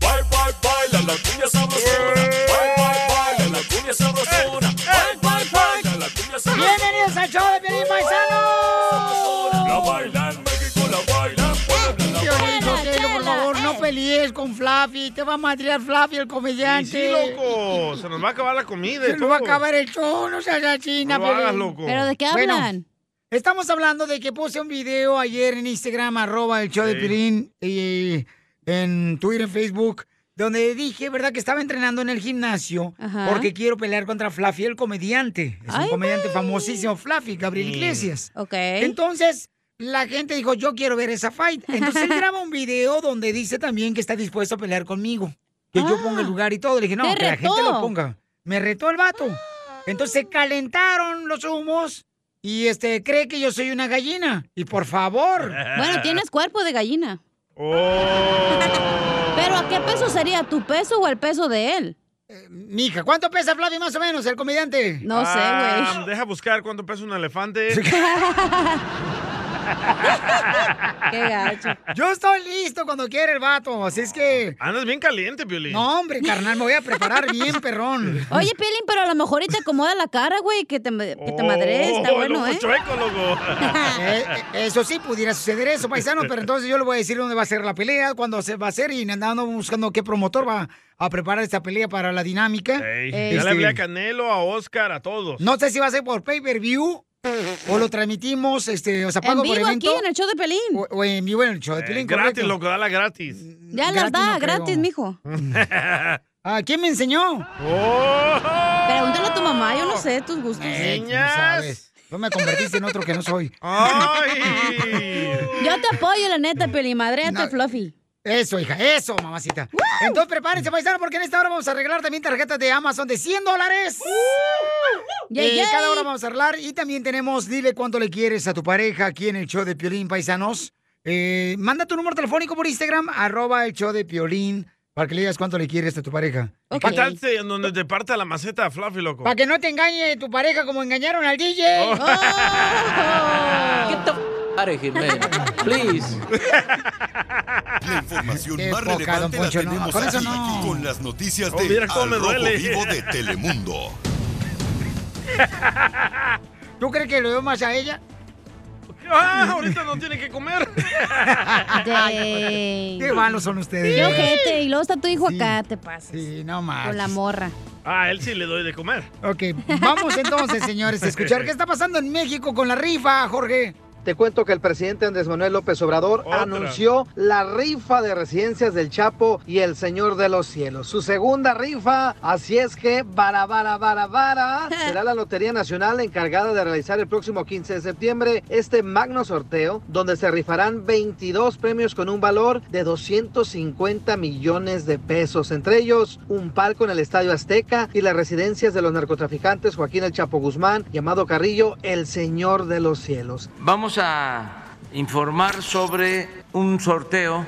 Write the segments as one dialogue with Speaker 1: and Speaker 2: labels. Speaker 1: Eh, Flavi, te va a madrear Flavi, el comediante.
Speaker 2: Sí, loco, se nos va a acabar la comida. y
Speaker 1: Se nos va a
Speaker 2: todo.
Speaker 1: acabar el show, no seas china.
Speaker 2: No lo hagas, loco. ¿Pero de qué hablan?
Speaker 1: estamos hablando de que puse un video ayer en Instagram, arroba el show de
Speaker 2: Sí.
Speaker 1: Pirín, y eh, en Twitter, en Facebook, donde dije, ¿verdad?, que estaba entrenando en el gimnasio
Speaker 3: Ajá.
Speaker 1: porque quiero pelear contra Fluffy, el comediante. Es un comediante famosísimo, Fluffy,
Speaker 2: Mm.
Speaker 1: Gabriel Iglesias.
Speaker 3: Ok.
Speaker 1: Entonces, la gente dijo, yo quiero ver esa fight. Entonces, él graba un video donde dice también que está dispuesto a pelear conmigo. Que yo ponga el lugar y todo. Le dije, no,
Speaker 3: Ah. Te
Speaker 1: que la gente lo
Speaker 3: retó.
Speaker 1: ponga. Me retó el vato. Entonces, se calentaron los humos y este cree que yo soy una gallina. Y por favor.
Speaker 3: Bueno, tienes cuerpo de gallina. Pero ¿a qué peso sería? ¿Tu peso o el peso de él?
Speaker 1: Eh, Mija, ¿cuánto pesa Flavio más o menos, el comediante?
Speaker 3: No
Speaker 2: Ah, Deja buscar cuánto pesa un elefante.
Speaker 1: Qué gacho. Yo estoy listo cuando quiere el vato, así es que...
Speaker 2: Andas bien caliente, Violín.
Speaker 1: No, hombre, carnal, me voy a preparar bien, perrón.
Speaker 3: Oye, Pielín, pero a lo mejor y te acomoda la cara, güey, que te, que te madres. Está
Speaker 1: Oh,
Speaker 3: bueno,
Speaker 1: loco
Speaker 3: ¿eh?
Speaker 1: chueco. Eh, eh, eso sí, pudiera suceder eso, paisano, pero entonces yo le voy a decir dónde va a ser la pelea, cuándo se va a hacer y andando buscando qué promotor va a preparar esta pelea para la dinámica.
Speaker 2: Ey,
Speaker 1: Este,
Speaker 2: Ya le hablé a Canelo, a Oscar, a todos.
Speaker 1: no sé si va a ser por pay-per-view o lo transmitimos, este, o sea,
Speaker 2: En
Speaker 1: pago por
Speaker 2: vivo aquí,
Speaker 1: evento.
Speaker 2: en
Speaker 3: el show de Pelín.
Speaker 1: O, o en vivo en el show de
Speaker 2: Eh,
Speaker 1: Pelín,
Speaker 2: gratis,
Speaker 1: correcto.
Speaker 2: loco, dala gratis.
Speaker 3: Ya las
Speaker 1: Gratis
Speaker 3: da,
Speaker 1: no creo.
Speaker 3: gratis, mijo.
Speaker 1: Ah, ¿quién me enseñó?
Speaker 2: Oh.
Speaker 3: Pregúntale a tu mamá, yo no sé tus gustos.
Speaker 1: Eh, tú no sabes. No me convertiste en otro que no soy.
Speaker 2: Ah.
Speaker 3: Yo te apoyo, la neta, Pielín. Madréate, Fluffy.
Speaker 1: Eso, hija, eso, mamacita. Entonces prepárense, paisano, porque en esta hora vamos a arreglar también tarjetas de Amazon de 100 dólares.
Speaker 3: Yay,
Speaker 1: Eh,
Speaker 3: yay.
Speaker 1: cada hora vamos a arreglar y también tenemos dile cuánto le quieres a tu pareja aquí en el show de Piolín, paisanos. Eh, manda tu número telefónico por Instagram, arroba el show de Piolín, para que le digas cuánto le quieres a tu pareja.
Speaker 2: ¿Qué tal se- en donde te parta la maceta, Fluffy, loco?
Speaker 1: Para que no te engañe tu pareja como engañaron al DJ.
Speaker 3: Oh.
Speaker 4: please.
Speaker 5: La información
Speaker 1: Qué
Speaker 5: más
Speaker 1: poca, don
Speaker 5: relevante la
Speaker 1: Poncho, no,
Speaker 5: tenemos
Speaker 1: con
Speaker 5: aquí
Speaker 1: eso no.
Speaker 5: con las noticias
Speaker 2: Oh,
Speaker 5: de
Speaker 2: mira cómo
Speaker 5: Al
Speaker 2: me
Speaker 5: Rojo
Speaker 2: duele.
Speaker 5: Vivo de Telemundo.
Speaker 1: Oh. ¿Tú crees que lo veo más a ella?
Speaker 2: Ah, ahorita no tiene que comer.
Speaker 3: Dang.
Speaker 1: Qué malos son ustedes.
Speaker 3: Qué ojete, Y luego está tu hijo acá, te pasas.
Speaker 1: Sí, no más.
Speaker 3: Con la morra.
Speaker 2: Ah, él sí le doy de comer.
Speaker 1: Ok, vamos entonces, señores, a escuchar qué está pasando en México con la rifa, Jorge.
Speaker 6: Te cuento que el presidente Andrés Manuel López Obrador
Speaker 1: Otra.
Speaker 6: anunció la rifa de residencias del Chapo y el Señor de los Cielos. Su segunda rifa, así es que vara, vara, vara, vara, será la Lotería Nacional encargada de realizar el próximo 15 de septiembre este magno sorteo, donde se rifarán 22 premios con un valor de 250 millones de pesos, entre ellos un palco en el Estadio Azteca y las residencias de los narcotraficantes Joaquín El Chapo Guzmán, llamado Carrillo, el Señor de los Cielos.
Speaker 4: Vamos a informar sobre un sorteo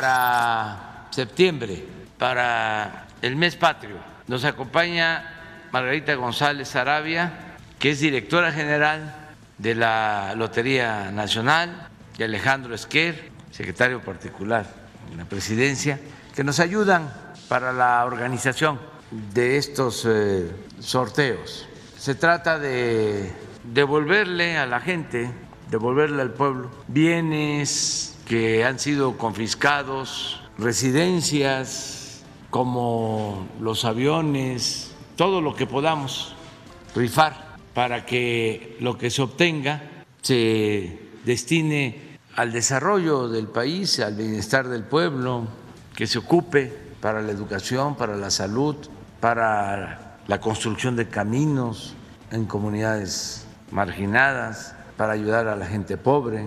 Speaker 4: para septiembre, para el mes patrio. Nos acompaña Margarita González Arabia, que es directora general de la Lotería Nacional, y Alejandro Esquer, secretario particular en la presidencia, que nos ayudan para la organización de estos eh, sorteos. Se trata de devolverle a la gente, devolverle al pueblo bienes que han sido confiscados, residencias como los aviones, todo lo que podamos rifar para que lo que se obtenga se destine al desarrollo del país, al bienestar del pueblo, que se ocupe para la educación, para la salud, para la construcción de caminos en comunidades marginadas, para ayudar a la gente pobre.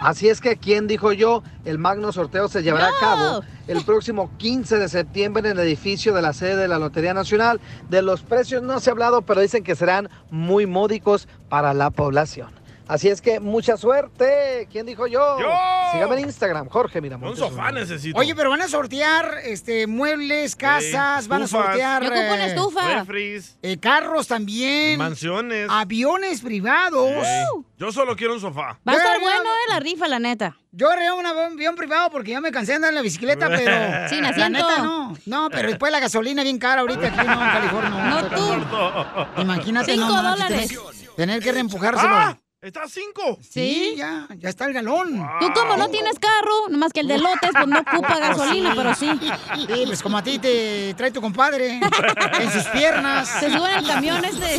Speaker 6: Así es que, ¿quién dijo yo? El magno sorteo se llevará
Speaker 3: ¡No!
Speaker 6: a cabo el próximo 15 de septiembre en el edificio de la sede de la Lotería Nacional. De los precios no se ha hablado, pero dicen que serán muy módicos para la población. Así es que, mucha suerte. ¿Quién dijo yo?
Speaker 2: ¡Yo!
Speaker 6: Sígame en Instagram, Jorge
Speaker 2: Un
Speaker 6: Miramontes.
Speaker 2: sofá necesito.
Speaker 1: Oye, pero van a sortear este muebles, casas, van a
Speaker 2: estufas.
Speaker 1: sortear
Speaker 2: Yo ocupo una
Speaker 1: eh,
Speaker 2: estufa. Refris. Eh,
Speaker 1: eh, carros también,
Speaker 2: Mansiones.
Speaker 1: aviones privados.
Speaker 2: Ey, Yo solo quiero un sofá.
Speaker 3: Va a estar
Speaker 1: Yo haría-
Speaker 3: bueno, eh, la rifa, la neta.
Speaker 1: Yo arreglé un avión privado porque ya me cansé de andar en la bicicleta, pero.
Speaker 3: Sin
Speaker 1: La
Speaker 3: asiento.
Speaker 1: neta no. No, pero después la gasolina bien cara ahorita aquí no, en California.
Speaker 3: No tú.
Speaker 1: Imagínate
Speaker 3: Cinco
Speaker 1: no manches,
Speaker 3: dólares.
Speaker 1: Tener, tener que reempujárselo.
Speaker 2: Ah, ¿Está a cinco?
Speaker 1: Sí, ya, ya Oh. está el galón.
Speaker 3: Tú como no tienes carro, más que el de lotes, pues no ocupa gasolina, pero sí.
Speaker 1: Oh, Sí, pues como a ti te trae tu compadre en sus piernas.
Speaker 3: Se sube en el camión este.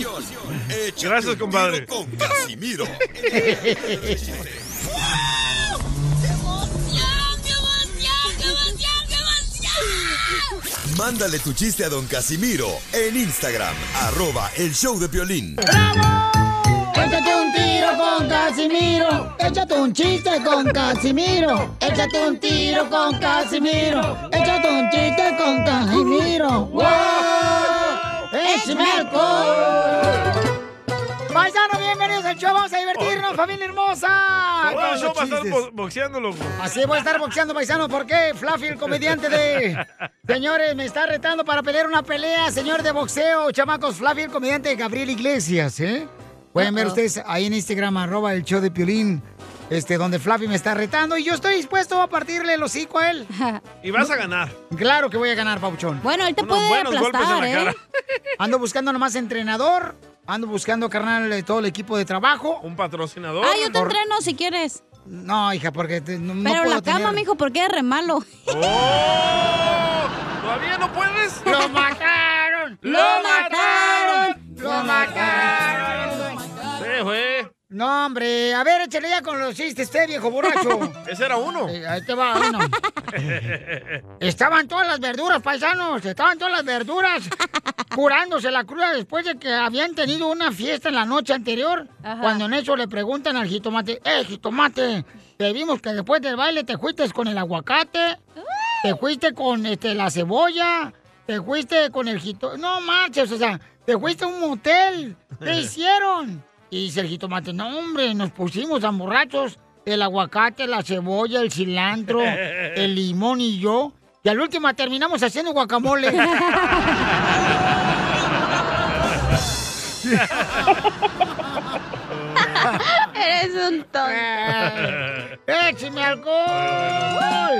Speaker 5: Échate
Speaker 2: Gracias,
Speaker 5: un tiro
Speaker 2: compadre.
Speaker 5: Con Casimiro. Mándale tu chiste a don Casimiro en Instagram, arroba el show de violín.
Speaker 1: Échate un tiro con Casimiro. Échate un chiste con Casimiro. Échate un tiro con Casimiro. Échate un chiste con Casimiro. ¡Wow! ¡Échame alcohol! Paisano, bienvenidos al show. Vamos a divertirnos, familia hermosa.
Speaker 2: Todo el
Speaker 1: Con
Speaker 2: show
Speaker 1: los
Speaker 2: va a estar
Speaker 1: chistes.
Speaker 2: bo- boxeando, loco.
Speaker 1: Así voy a estar boxeando, paisano. ¿Por qué? Fluffy, el comediante de... Señores, me está retando para pelear una pelea, señor de boxeo. Chamacos, Fluffy, el comediante de Gabriel Iglesias, ¿eh? Pueden ver
Speaker 3: Uh-oh.
Speaker 1: ustedes ahí en Instagram, arroba el show de Piolín, este, donde Fluffy me está retando. Y yo estoy dispuesto a partirle el hocico a él.
Speaker 2: Y vas a ganar.
Speaker 1: Claro que voy a ganar, Pabuchón.
Speaker 3: Bueno, él te
Speaker 2: Unos
Speaker 3: puede
Speaker 2: buenos golpes en
Speaker 3: aplastar,
Speaker 2: la cara.
Speaker 3: ¿eh?
Speaker 1: Ando buscando nomás entrenador. Ando buscando, carnal, eh, todo el equipo de trabajo.
Speaker 2: Un patrocinador.
Speaker 3: Ah, yo te
Speaker 1: Por-
Speaker 3: entreno si quieres.
Speaker 1: No, hija, porque te- no, no
Speaker 3: Pero
Speaker 1: puedo
Speaker 3: la cama,
Speaker 1: tener-
Speaker 3: mijo, porque es re malo.
Speaker 2: ¡Oh! ¿Todavía no puedes?
Speaker 1: ¡Lo mataron!
Speaker 3: ¡Lo mataron!
Speaker 1: ¡Lo mataron!
Speaker 2: Sí, güey.
Speaker 1: No, hombre, a ver, échale ya con los chistes, usted, viejo borracho.
Speaker 2: Ese era uno.
Speaker 1: Eh, ahí te va uno. Estaban todas las verduras, paisanos, estaban todas las verduras curándose la cruda después de que habían tenido una fiesta en la noche anterior.
Speaker 3: Ajá.
Speaker 1: Cuando en eso le preguntan al jitomate, ¡eh, jitomate! Te vimos que después del baile te fuiste con el aguacate, te fuiste con este, la cebolla, te fuiste con el jitomate. No marches, o sea, te fuiste a un motel. ¿Qué hicieron? Y dice el jitomate, no, hombre, nos pusimos a borrachos. El aguacate, la cebolla, el cilantro, el limón y yo. Y al último terminamos haciendo guacamole.
Speaker 3: Eres un tonto.
Speaker 1: Eh, ¡Écheme alcohol!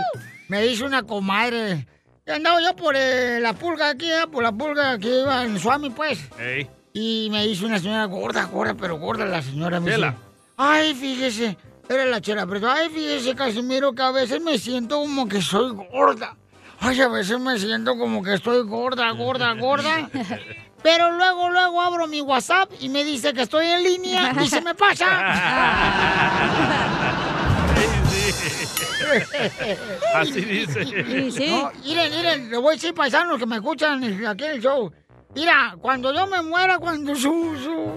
Speaker 1: Me dice una comadre. que Andaba yo por eh, la pulga aquí, eh, por la pulga que iba en Suami, pues.
Speaker 2: Ey.
Speaker 1: Y me dice una señora gorda, gorda, pero gorda la señora. Me
Speaker 2: Chela.
Speaker 1: dice, Ay, fíjese, era la chela, pero ay, fíjese, Casimiro, que a veces me siento como que soy gorda. Ay, a veces me siento como que estoy gorda, gorda, gorda. Pero luego, luego abro mi WhatsApp y me dice que estoy en línea y se me pasa.
Speaker 2: Sí, sí. Así dice.
Speaker 3: Y sí.
Speaker 1: No, miren, miren, le voy a decir paisanos que me escuchan en- aquí en el show. Mira, cuando yo me muera, cuando su,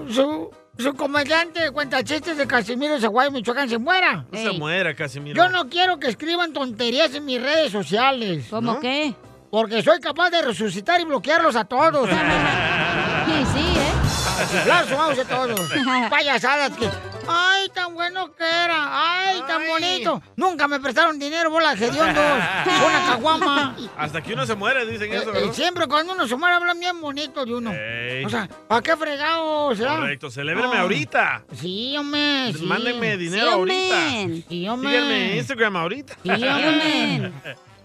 Speaker 1: su, su, su comediante cuenta chistes de Casimiro Zaguayo, Michoacán, se muera.
Speaker 2: No se
Speaker 3: Ey.
Speaker 2: muera, Casimiro.
Speaker 1: Yo no quiero que escriban tonterías en mis redes sociales,
Speaker 3: ¿Cómo qué?
Speaker 1: porque soy capaz de resucitar y bloquearlos a todos.
Speaker 3: Sí, sí, ¿eh?
Speaker 1: Claro, vamos a todos. Payasadas que. Ay, tan bueno que era. Ay, tan
Speaker 2: Ay.
Speaker 1: bonito. Nunca me prestaron dinero, bola de hediondos. Una caguama.
Speaker 2: Hasta que uno se muere, dicen eso,
Speaker 1: Eh, eh,
Speaker 2: ¿verdad?
Speaker 1: siempre cuando uno se muere hablan bien bonito de uno.
Speaker 2: Ey.
Speaker 1: O sea, ¿a qué fregado? O sea,
Speaker 2: Correcto, celébreme
Speaker 1: Ah.
Speaker 2: ahorita.
Speaker 1: Sí, hombre. Sí.
Speaker 2: Mándenme
Speaker 3: Sí,
Speaker 2: dinero ahorita.
Speaker 3: hombre.
Speaker 1: Sí, hombre.
Speaker 2: Síganme en Instagram ahorita.
Speaker 1: Sí, hombre.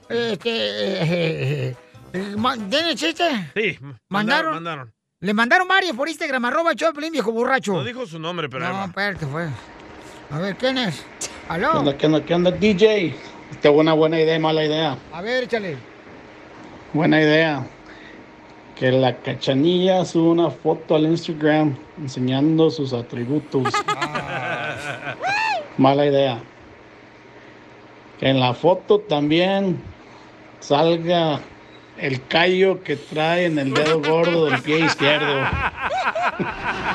Speaker 1: Este. eh, eh, eh, ma- ¿Tiene chiste?
Speaker 2: Sí,
Speaker 1: ¿Mandaron?
Speaker 2: mandaron. Mandaron.
Speaker 1: Le mandaron varios por Instagram, arroba Choplin, viejo borracho.
Speaker 2: No dijo su nombre, pero. ahí
Speaker 1: no,
Speaker 2: va.
Speaker 1: espérate, pues. A ver, ¿quién es? ¿Aló?
Speaker 7: onda, qué onda, qué onda, DJ? Tengo una buena idea y mala idea.
Speaker 1: A ver, échale.
Speaker 7: Buena idea. Que la cachanilla suba una foto al Instagram enseñando sus atributos. Mala idea. Que en la foto también salga el callo que trae en el dedo gordo del pie izquierdo.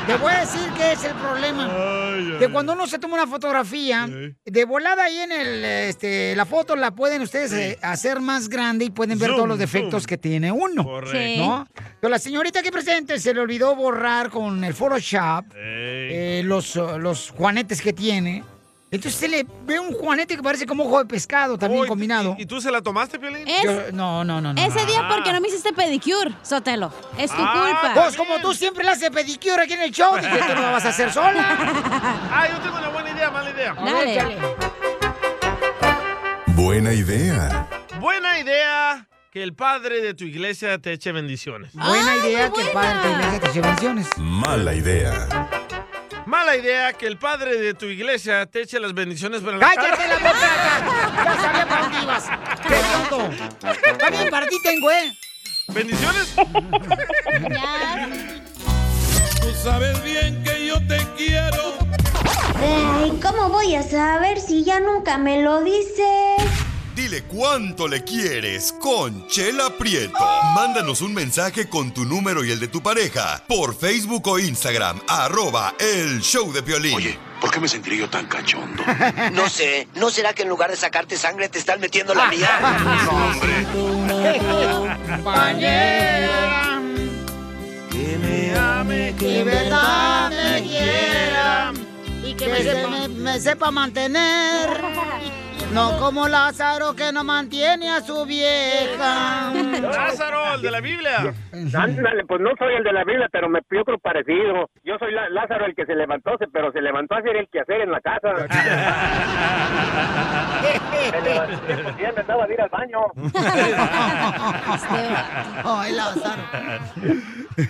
Speaker 1: Te voy a decir qué es el problema.
Speaker 2: Ay, ay,
Speaker 1: Que cuando uno se toma una fotografía,
Speaker 2: Sí.
Speaker 1: de volada ahí en el, este, la foto la pueden ustedes eh, hacer más grande y pueden ver
Speaker 2: Zoom,
Speaker 1: todos los defectos
Speaker 2: zoom.
Speaker 1: que tiene uno.
Speaker 2: Correcto.
Speaker 1: ¿No? Pero la señorita que presente se le olvidó borrar con el Photoshop
Speaker 2: Ey.
Speaker 1: eh, los, eh, los juanetes que tiene. Entonces se le ve un juanete que parece como ojo de pescado también
Speaker 2: Oh, ¿y-
Speaker 1: combinado.
Speaker 2: ¿Y, y tú se la tomaste, Piolín?
Speaker 3: Es-
Speaker 1: Yo- no, no, no, no.
Speaker 3: ese día
Speaker 2: Ah.
Speaker 3: porque no me hiciste pedicure, Sotelo. Es tu
Speaker 2: Ah.
Speaker 3: culpa.
Speaker 1: Vos, como tú siempre la haces pedicure aquí en el show, dije, tú no la vas a hacer sola.
Speaker 2: Ah, yo tengo una buena idea, mala idea.
Speaker 1: A ver,
Speaker 3: Dale.
Speaker 1: échale.
Speaker 5: Buena idea.
Speaker 2: Buena idea que el padre de tu iglesia te
Speaker 1: Ah.
Speaker 2: eche bendiciones.
Speaker 1: Buena
Speaker 3: Ay,
Speaker 1: idea
Speaker 3: muy
Speaker 1: que el
Speaker 3: buena.
Speaker 1: padre te tus subvenciones.
Speaker 5: Mala idea.
Speaker 2: Mala idea que el padre de tu iglesia te eche las bendiciones para la
Speaker 1: ¡Cállate la boca! ya- Ya sabía para dónde ibas. ¡Qué tonto! También para ti tengo, ¿eh?
Speaker 2: ¿Bendiciones?
Speaker 8: Tú sabes bien que yo te quiero.
Speaker 9: Ay, ¿cómo voy a saber si ya nunca me lo dices?
Speaker 5: Dile cuánto le quieres con Chela Prieto. Mándanos un mensaje con tu número y el de tu pareja por Facebook o Instagram, arroba el show de Piolín. Oye, ¿por qué me sentiré yo tan cachondo?
Speaker 10: No sé, ¿no será que en lugar de sacarte sangre te están metiendo la mía?
Speaker 1: Compañera.
Speaker 2: Que me ame,
Speaker 1: Que verdad me quiera. Y que me sepa, me- me sepa mantener. No como Lázaro que no mantiene a su vieja.
Speaker 2: Lázaro, el de la Biblia.
Speaker 11: Ándale, pues no soy el de la Biblia, pero me yo creo parecido. Yo soy la- Lázaro el que se levantó, se- pero se levantó a hacer el quehacer en la casa. Me levanté, pues, ya me andaba de ir al baño.
Speaker 1: Este, Ay, Lázaro.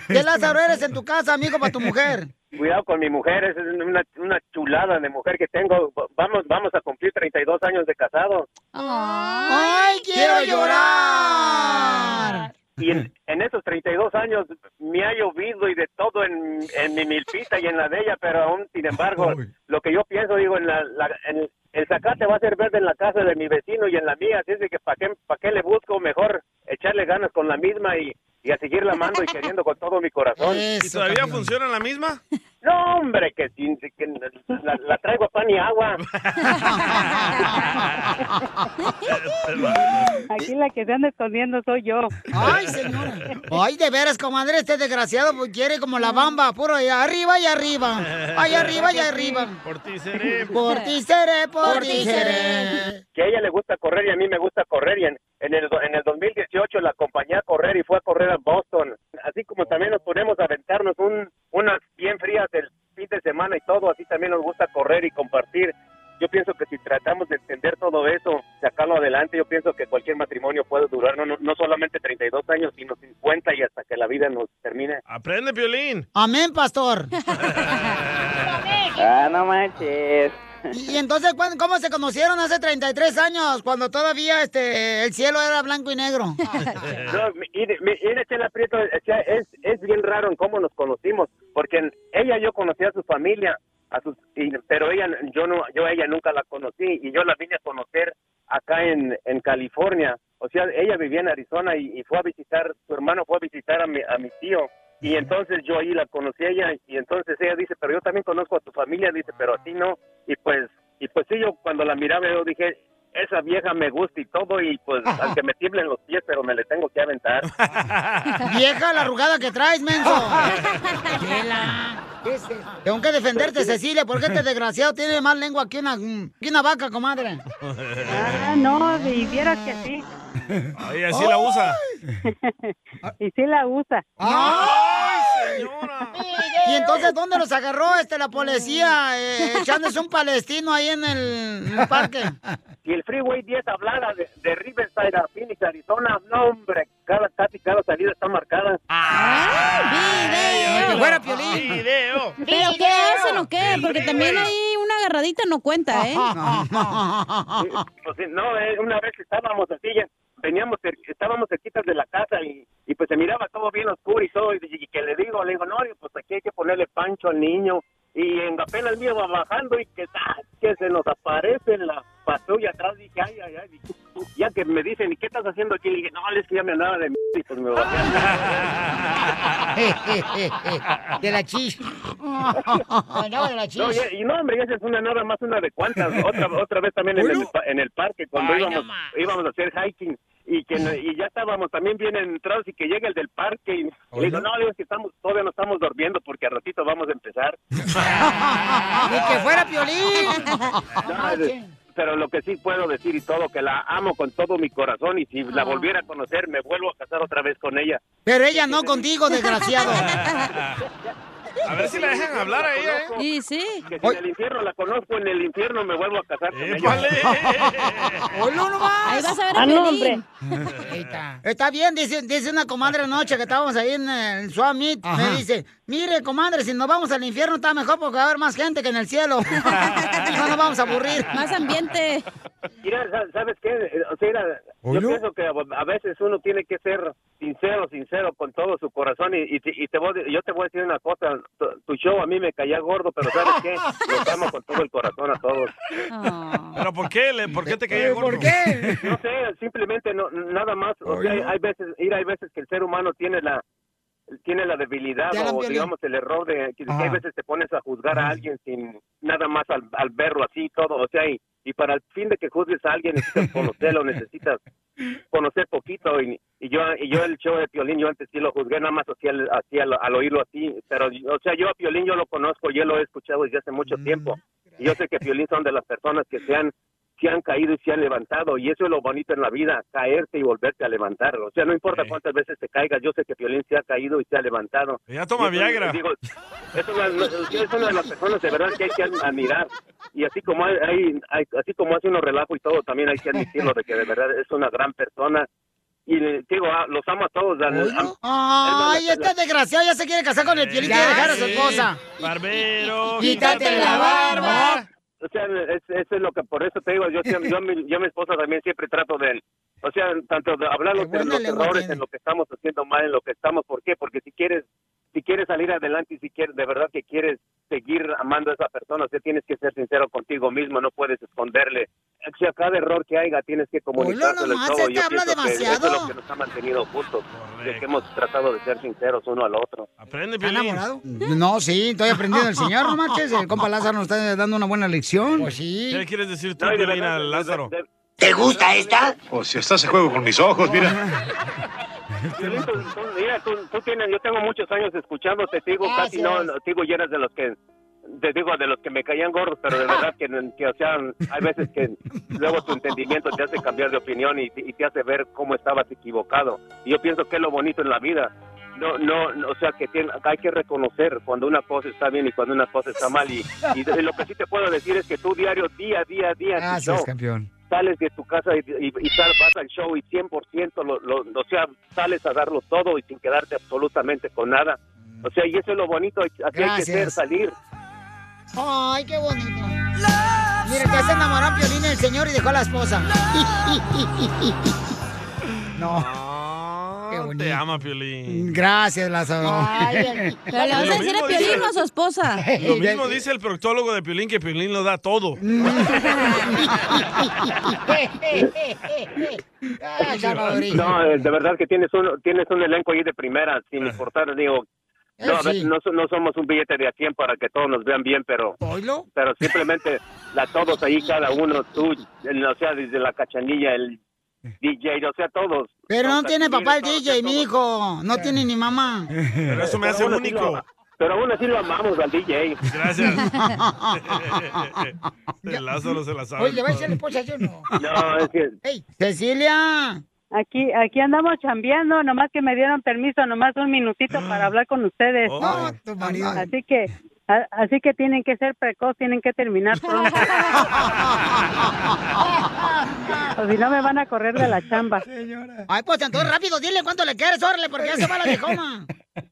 Speaker 1: ¿Qué Lázaro eres en tu casa, amigo, para tu mujer?
Speaker 11: Cuidado con mi mujer, es una, una chulada de mujer que tengo. Va- Vamos, vamos a cumplir 32 años de casado.
Speaker 1: ¡Ay, quiero llorar!
Speaker 11: Y en, en esos 32 años me ha llovido y de todo en, en mi milpita y en la de ella, pero aún, sin embargo, lo que yo pienso, digo, en la, la- en el- el zacate va a ser verde en la casa de mi vecino y en la mía, así es de que ¿para qué, pa' qué le busco? Mejor echarle ganas con la misma y, y a seguirla amando y queriendo con todo mi corazón.
Speaker 2: ¿Y todavía funciona la misma?
Speaker 11: No, hombre, que, sin- que la, la traigo a pan y agua.
Speaker 12: Aquí la que se anda escondiendo soy yo.
Speaker 1: Ay, señora. Ay, de veras, comadre, este desgraciado pues, quiere como la bamba, puro ahí arriba y arriba. Ay, arriba y arriba.
Speaker 2: Por ti seré.
Speaker 1: Por ti seré, por ti seré.
Speaker 11: que a ella le gusta correr y a mí me gusta correr. Y en, en, el, do- en el 2018 la acompañé a correr y fue a correr a Boston. Así como también nos ponemos a aventarnos un, unas bien frías del fin de semana y todo, así también nos gusta correr y compartir. Yo pienso que si tratamos de entender todo eso, sacarlo adelante, yo pienso que cualquier matrimonio puede durar no, no, no solamente 32 años, sino 50 y hasta que la vida nos termine.
Speaker 2: Aprende, Piolín.
Speaker 1: Amén, pastor.
Speaker 12: Ah, no manches.
Speaker 1: Y, y entonces, ¿cuándo- ¿cómo se conocieron hace 33 años? Cuando todavía este, el cielo era blanco y negro.
Speaker 11: No, mi- mire, mi- mire, Chela Prieto, o sea, es, es bien raro en cómo nos conocimos, porque en- ella yo conocí a su familia, a sus, y- pero ella, yo no, yo a ella nunca la conocí y yo la vine a conocer acá en, en California. O sea, ella vivía en Arizona y, y fue a visitar, su hermano fue a visitar a mi, a mi tío. Y entonces yo ahí la conocí a ella y entonces ella dice, pero yo también conozco a tu familia, dice, pero a ti no. Y pues, y pues sí, yo cuando la miraba yo dije, esa vieja me gusta y todo y pues al que me tiemblen los pies, pero me le tengo que aventar.
Speaker 1: Vieja la arrugada que traes, menso. Chela. Tengo que defenderte, Cecilia, porque este desgraciado tiene más lengua que una, que una vaca, comadre.
Speaker 12: Ah, no, si vieras que sí.
Speaker 2: Ay, así la usa.
Speaker 12: y sí la usa.
Speaker 1: ¡Ay, señora! Ah. Y entonces, ¿dónde los agarró este la policía? Eh, echándose un palestino ahí en el, en el parque.
Speaker 11: Si el Freeway 10 hablara de, de Riverside a Phoenix, Arizona, no hombre, cada, casi cada salida está marcada.
Speaker 3: ¡Video!
Speaker 1: Que fuera Piolín.
Speaker 2: ¡Video!
Speaker 3: ¿Pero qué hacen o qué? Porque también ahí una agarradita no cuenta, ¿eh?
Speaker 11: Pues, sí, no, eh, una vez estábamos así, ya veníamos, cer- estábamos cerquitas de la casa y, y pues se miraba todo bien oscuro y todo, y, y que le digo, le digo, no, pues aquí hay que ponerle pancho al niño. Y en apenas mío va bajando y que, ¡ah! que se nos aparece la patrulla atrás, dije, ay, ay, ay. Y Ya que me dicen, ¿y qué estás haciendo aquí? Y dije, no, es que ya me andaba de m***", y pues me bajé.
Speaker 1: De la chis. Andaba de la chis.
Speaker 11: No, ya- y no, hombre, esa es una nada más una de cuantas. Otra, otra vez también en el, pa- en el parque, cuando
Speaker 1: Ay, no
Speaker 11: íbamos,
Speaker 1: más.
Speaker 11: íbamos a hacer hiking y que no- y ya estábamos también bien entrados y que llega el del parque y le digo, no, Dios, que estamos, todavía no estamos durmiendo porque a ratito vamos a empezar.
Speaker 1: Ni que fuera Piolín.
Speaker 11: No, pero lo que sí puedo decir y todo, que la amo con todo mi corazón y si
Speaker 2: Ah.
Speaker 11: la volviera a conocer, me vuelvo a casar otra vez con ella.
Speaker 1: Pero ella no contigo, desgraciado.
Speaker 2: A ver si la dejan hablar a ella, ¿eh?
Speaker 3: Y sí.
Speaker 11: Que si en el infierno la conozco, en el infierno me vuelvo a casar con ella.
Speaker 1: ¡Hola nomás!
Speaker 3: Ahí vas a ver
Speaker 11: a Ah, no,
Speaker 3: Piolín.
Speaker 1: Está bien, dice, dice una comadre anoche que estábamos ahí en el Swap Meet,
Speaker 13: Ajá.
Speaker 1: Me dice, mire, comadre, si nos vamos al infierno está mejor porque va a haber más gente que en el cielo. no nos vamos a aburrir.
Speaker 3: Más ambiente.
Speaker 11: Mira, sa- ¿sabes qué? Eh, O sea, mira, yo pienso que a a veces uno tiene que ser sincero, sincero con todo su corazón y, y te- y te voy, yo te voy a decir una cosa, tu, tu show a mí me caía gordo, pero ¿sabes qué? Los amo con todo el corazón a todos.
Speaker 10: Ah.
Speaker 2: ¿Pero por qué? le- Eh, ¿Por qué te caía gordo?
Speaker 11: No sé, simplemente no, nada más, o sea, hay, hay veces, mira, hay veces que el ser humano tiene la tiene la debilidad
Speaker 2: Ya la
Speaker 11: o
Speaker 2: violé.
Speaker 11: digamos el error de que
Speaker 2: Ah.
Speaker 11: hay veces te pones a juzgar a alguien sin nada más al, al verlo así todo, o sea, y, y para el fin de que juzgues a alguien necesitas conocerlo, necesitas conocer poquito y, y yo y yo el show de Piolín yo antes sí lo juzgué nada más así al, así al, al oírlo así, pero o sea, yo a Piolín yo lo conozco, yo lo he escuchado desde hace
Speaker 2: Mm,
Speaker 11: mucho tiempo. Y yo sé que Piolín son de las personas que se han se han caído y se han levantado. Y eso es lo bonito en la vida, caerte y volverte a levantar. O sea, no importa cuántas veces te caigas, yo sé que Piolín se ha caído y se ha levantado.
Speaker 2: Ya toma
Speaker 11: Y eso,
Speaker 2: Viagra.
Speaker 11: digo, es, una, es una de las personas de verdad que hay que admirar. Y así como hay, hay- hay- así como hace unos relajo y todo, también hay que admitirlo de que de verdad es una gran persona. Y le- digo, ah, los amo a todos. a- a-
Speaker 1: Ay, este desgraciado ya se quiere casar con el piolín y quiere dejar a su esposa.
Speaker 2: Barbero.
Speaker 1: Quítate la barba.
Speaker 11: O sea, es- eso es lo que por eso te digo. Yo, siempre- yo, a mi, yo a mi esposa también siempre trato de, o sea, tanto de hablar los- de los errores, en lo que estamos haciendo mal, en lo que estamos. ¿Por qué? Porque si quieres, si quieres salir adelante y si quieres, de verdad que quieres seguir amando a esa persona, o sea, tienes que ser sincero contigo mismo, no puedes esconderle. O sea, cada error que haya tienes que comunicárselo y
Speaker 1: nomás,
Speaker 11: todo. Yo
Speaker 1: él te habla
Speaker 11: pienso que eso es
Speaker 1: demasiado.
Speaker 11: lo que nos ha mantenido juntos, de que hemos tratado de ser sinceros uno al otro.
Speaker 2: Aprende,
Speaker 1: No, sí, estoy aprendiendo el señor, no marches. El compa Lázaro nos está dando una buena lección. Pues sí.
Speaker 2: ¿Qué le quieres decir tú, Piolín, a Lázaro?
Speaker 10: ¿Te gusta esta?
Speaker 14: O Oh, si estás en juego con mis ojos, mira.
Speaker 11: Violento, tú, mira, tú, tú tienes, yo tengo muchos años escuchándote, te digo, casi no,
Speaker 14: Gracias.
Speaker 11: te digo, y eras de los que, te digo, de los que me caían gordos, pero de verdad que, que, o sea, hay veces que luego tu entendimiento te hace cambiar de opinión y, te- y te hace ver cómo estabas equivocado. Y yo pienso que es lo bonito en la vida. No, no, no, o sea, que tiene- hay que reconocer cuando una cosa está bien y cuando una cosa está mal. Y, y de- lo que sí te puedo decir es que tú diario, día, día, día, tu
Speaker 1: Gracias,
Speaker 11: show,
Speaker 1: campeón.
Speaker 11: sales de tu casa y, y, y sal- vas al show y 100%, lo, lo, o sea, sales a darlo todo y sin quedarte absolutamente con nada. O sea, y eso es lo bonito, así hay que
Speaker 1: Gracias.
Speaker 11: ser, salir.
Speaker 1: Ay, qué bonito. Mira, ya se enamoró a Piolín el señor y dejó a la esposa. No. Qué bonito.
Speaker 2: Te ama, Piolín.
Speaker 1: Gracias, Lázaro.
Speaker 3: Ay, Pero le vas
Speaker 2: Lo
Speaker 3: a decir
Speaker 2: mismo
Speaker 3: a Piolín
Speaker 2: dice-
Speaker 3: o a su esposa.
Speaker 2: Lo mismo dice el proctólogo de Piolín, que Piolín lo da todo.
Speaker 1: Ah,
Speaker 11: No, eh, de verdad que tienes un, tienes un elenco ahí de primera, sin importar, digo, no, a veces no, so- no somos un billete de a 100 para que todos nos vean bien, pero pero simplemente la todos ahí, cada uno, tú, el- o sea, desde la cachanilla, el DJ, o sea, todos.
Speaker 1: Pero no tiene papá el DJ, mi hijo. No tiene ni mamá.
Speaker 2: Pero eso me hace
Speaker 11: aún así
Speaker 2: único.
Speaker 11: lo- pero aún así lo amamos al DJ.
Speaker 2: Gracias. El Lázaro se la sabe.
Speaker 1: Oye, ¿le va a decir la esposa yo no?
Speaker 11: No, es que...
Speaker 1: Cecilia.
Speaker 12: Aquí, aquí andamos chambeando, nomás que me dieron permiso, nomás un minutito para hablar con ustedes.
Speaker 1: No, Oh, tu marido.
Speaker 12: Así que, a- así que tienen que ser precoz, tienen que terminar pronto. o si no me van a correr de la chamba.
Speaker 1: Ay, pues entonces rápido, dile cuánto le quieres, órale, porque ya se va la viejoma.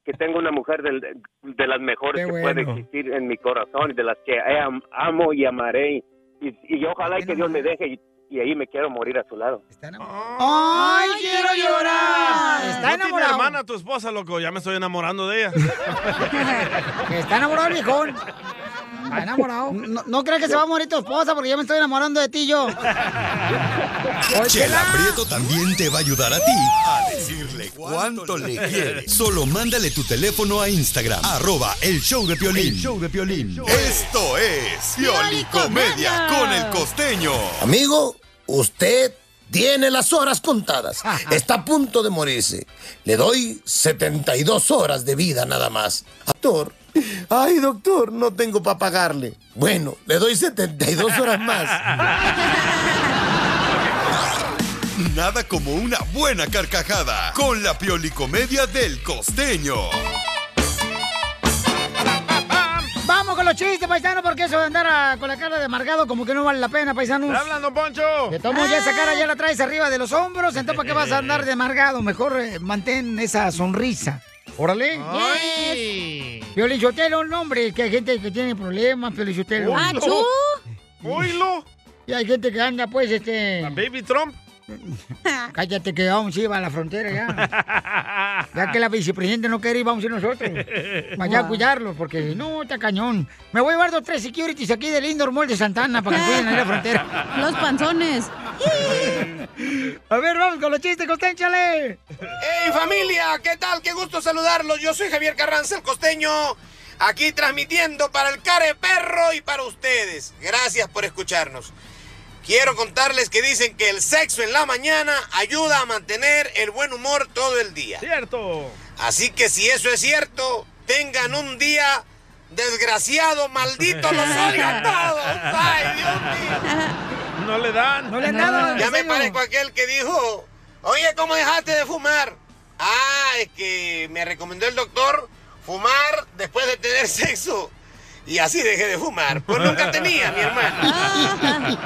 Speaker 11: que tengo una mujer del- de las mejores que puede existir en mi corazón, de las que he am- amo y amaré. Y, y ojalá que Dios me deje y, y ahí me quiero morir a su lado.
Speaker 1: ¡Ay, quiero llorar! Está
Speaker 2: No tiene
Speaker 1: enamorado.
Speaker 2: hermana tu esposa, loco. Ya me estoy enamorando de ella.
Speaker 1: Está enamorado el viejón. Está enamorado. No, no creas que se va a morir tu esposa porque yo me estoy enamorando de ti yo.
Speaker 5: Chela Prieto también te va a ayudar a ti a decirle cuánto le quieres. Solo mándale tu teléfono a Instagram, arroba el show de Piolín. show de Piolín. Esto es Pioli Comedia con el costeño.
Speaker 15: Amigo, usted tiene las horas contadas. Está a punto de morirse. Le doy 72 horas de vida nada más. Doctor, ay doctor, no tengo para pagarle. Bueno, le doy 72 horas más.
Speaker 5: Nada como una buena carcajada con la Pioli Comedia del costeño.
Speaker 1: los chistes, paisano, porque eso de andar a- con la cara de amargado como que no vale la pena, paisanos.
Speaker 2: ¡Te hablan, don Poncho! Ah.
Speaker 1: De tomo ya esa cara ya la traes arriba de los hombros, entonces ¿para qué vas a andar de amargado? Mejor eh, mantén esa sonrisa. Órale.
Speaker 2: Ay.
Speaker 1: Piolichotelo, no, hombre, que hay gente que tiene problemas, Piolichotelo.
Speaker 2: Oilo. Achú. Oilo.
Speaker 1: Y hay gente que anda, pues, este...
Speaker 2: Baby Trump.
Speaker 1: Cállate que aún sí va a la frontera ya. Ya que la vicepresidenta no quiere ir, vamos a ir nosotros. Vaya a
Speaker 13: Wow.
Speaker 1: cuidarlos, porque no, está cañón. Me voy a llevar dos, tres securities aquí del Indoor Mall de Santana para que cuiden ahí la frontera.
Speaker 3: Los panzones.
Speaker 1: a ver, vamos con los chistes, costénchale.
Speaker 10: ¡Hey familia! ¿Qué tal? ¡Qué gusto saludarlos! Yo soy Javier Carranza, el costeño, aquí transmitiendo para el Care Perro y para ustedes. Gracias por escucharnos. Quiero contarles que dicen que el sexo en la mañana ayuda a mantener el buen humor todo el día.
Speaker 2: Cierto.
Speaker 10: Así que si eso es cierto, tengan un día desgraciado, maldito, los odio a todos. ¡Ay, Dios mío!
Speaker 2: No le dan.
Speaker 10: Ya me parezco a aquel que dijo, oye, ¿cómo dejaste de fumar? Ah, es que me recomendó el doctor fumar después de tener sexo. Y así dejé de fumar. Pues nunca tenía, mi hermano.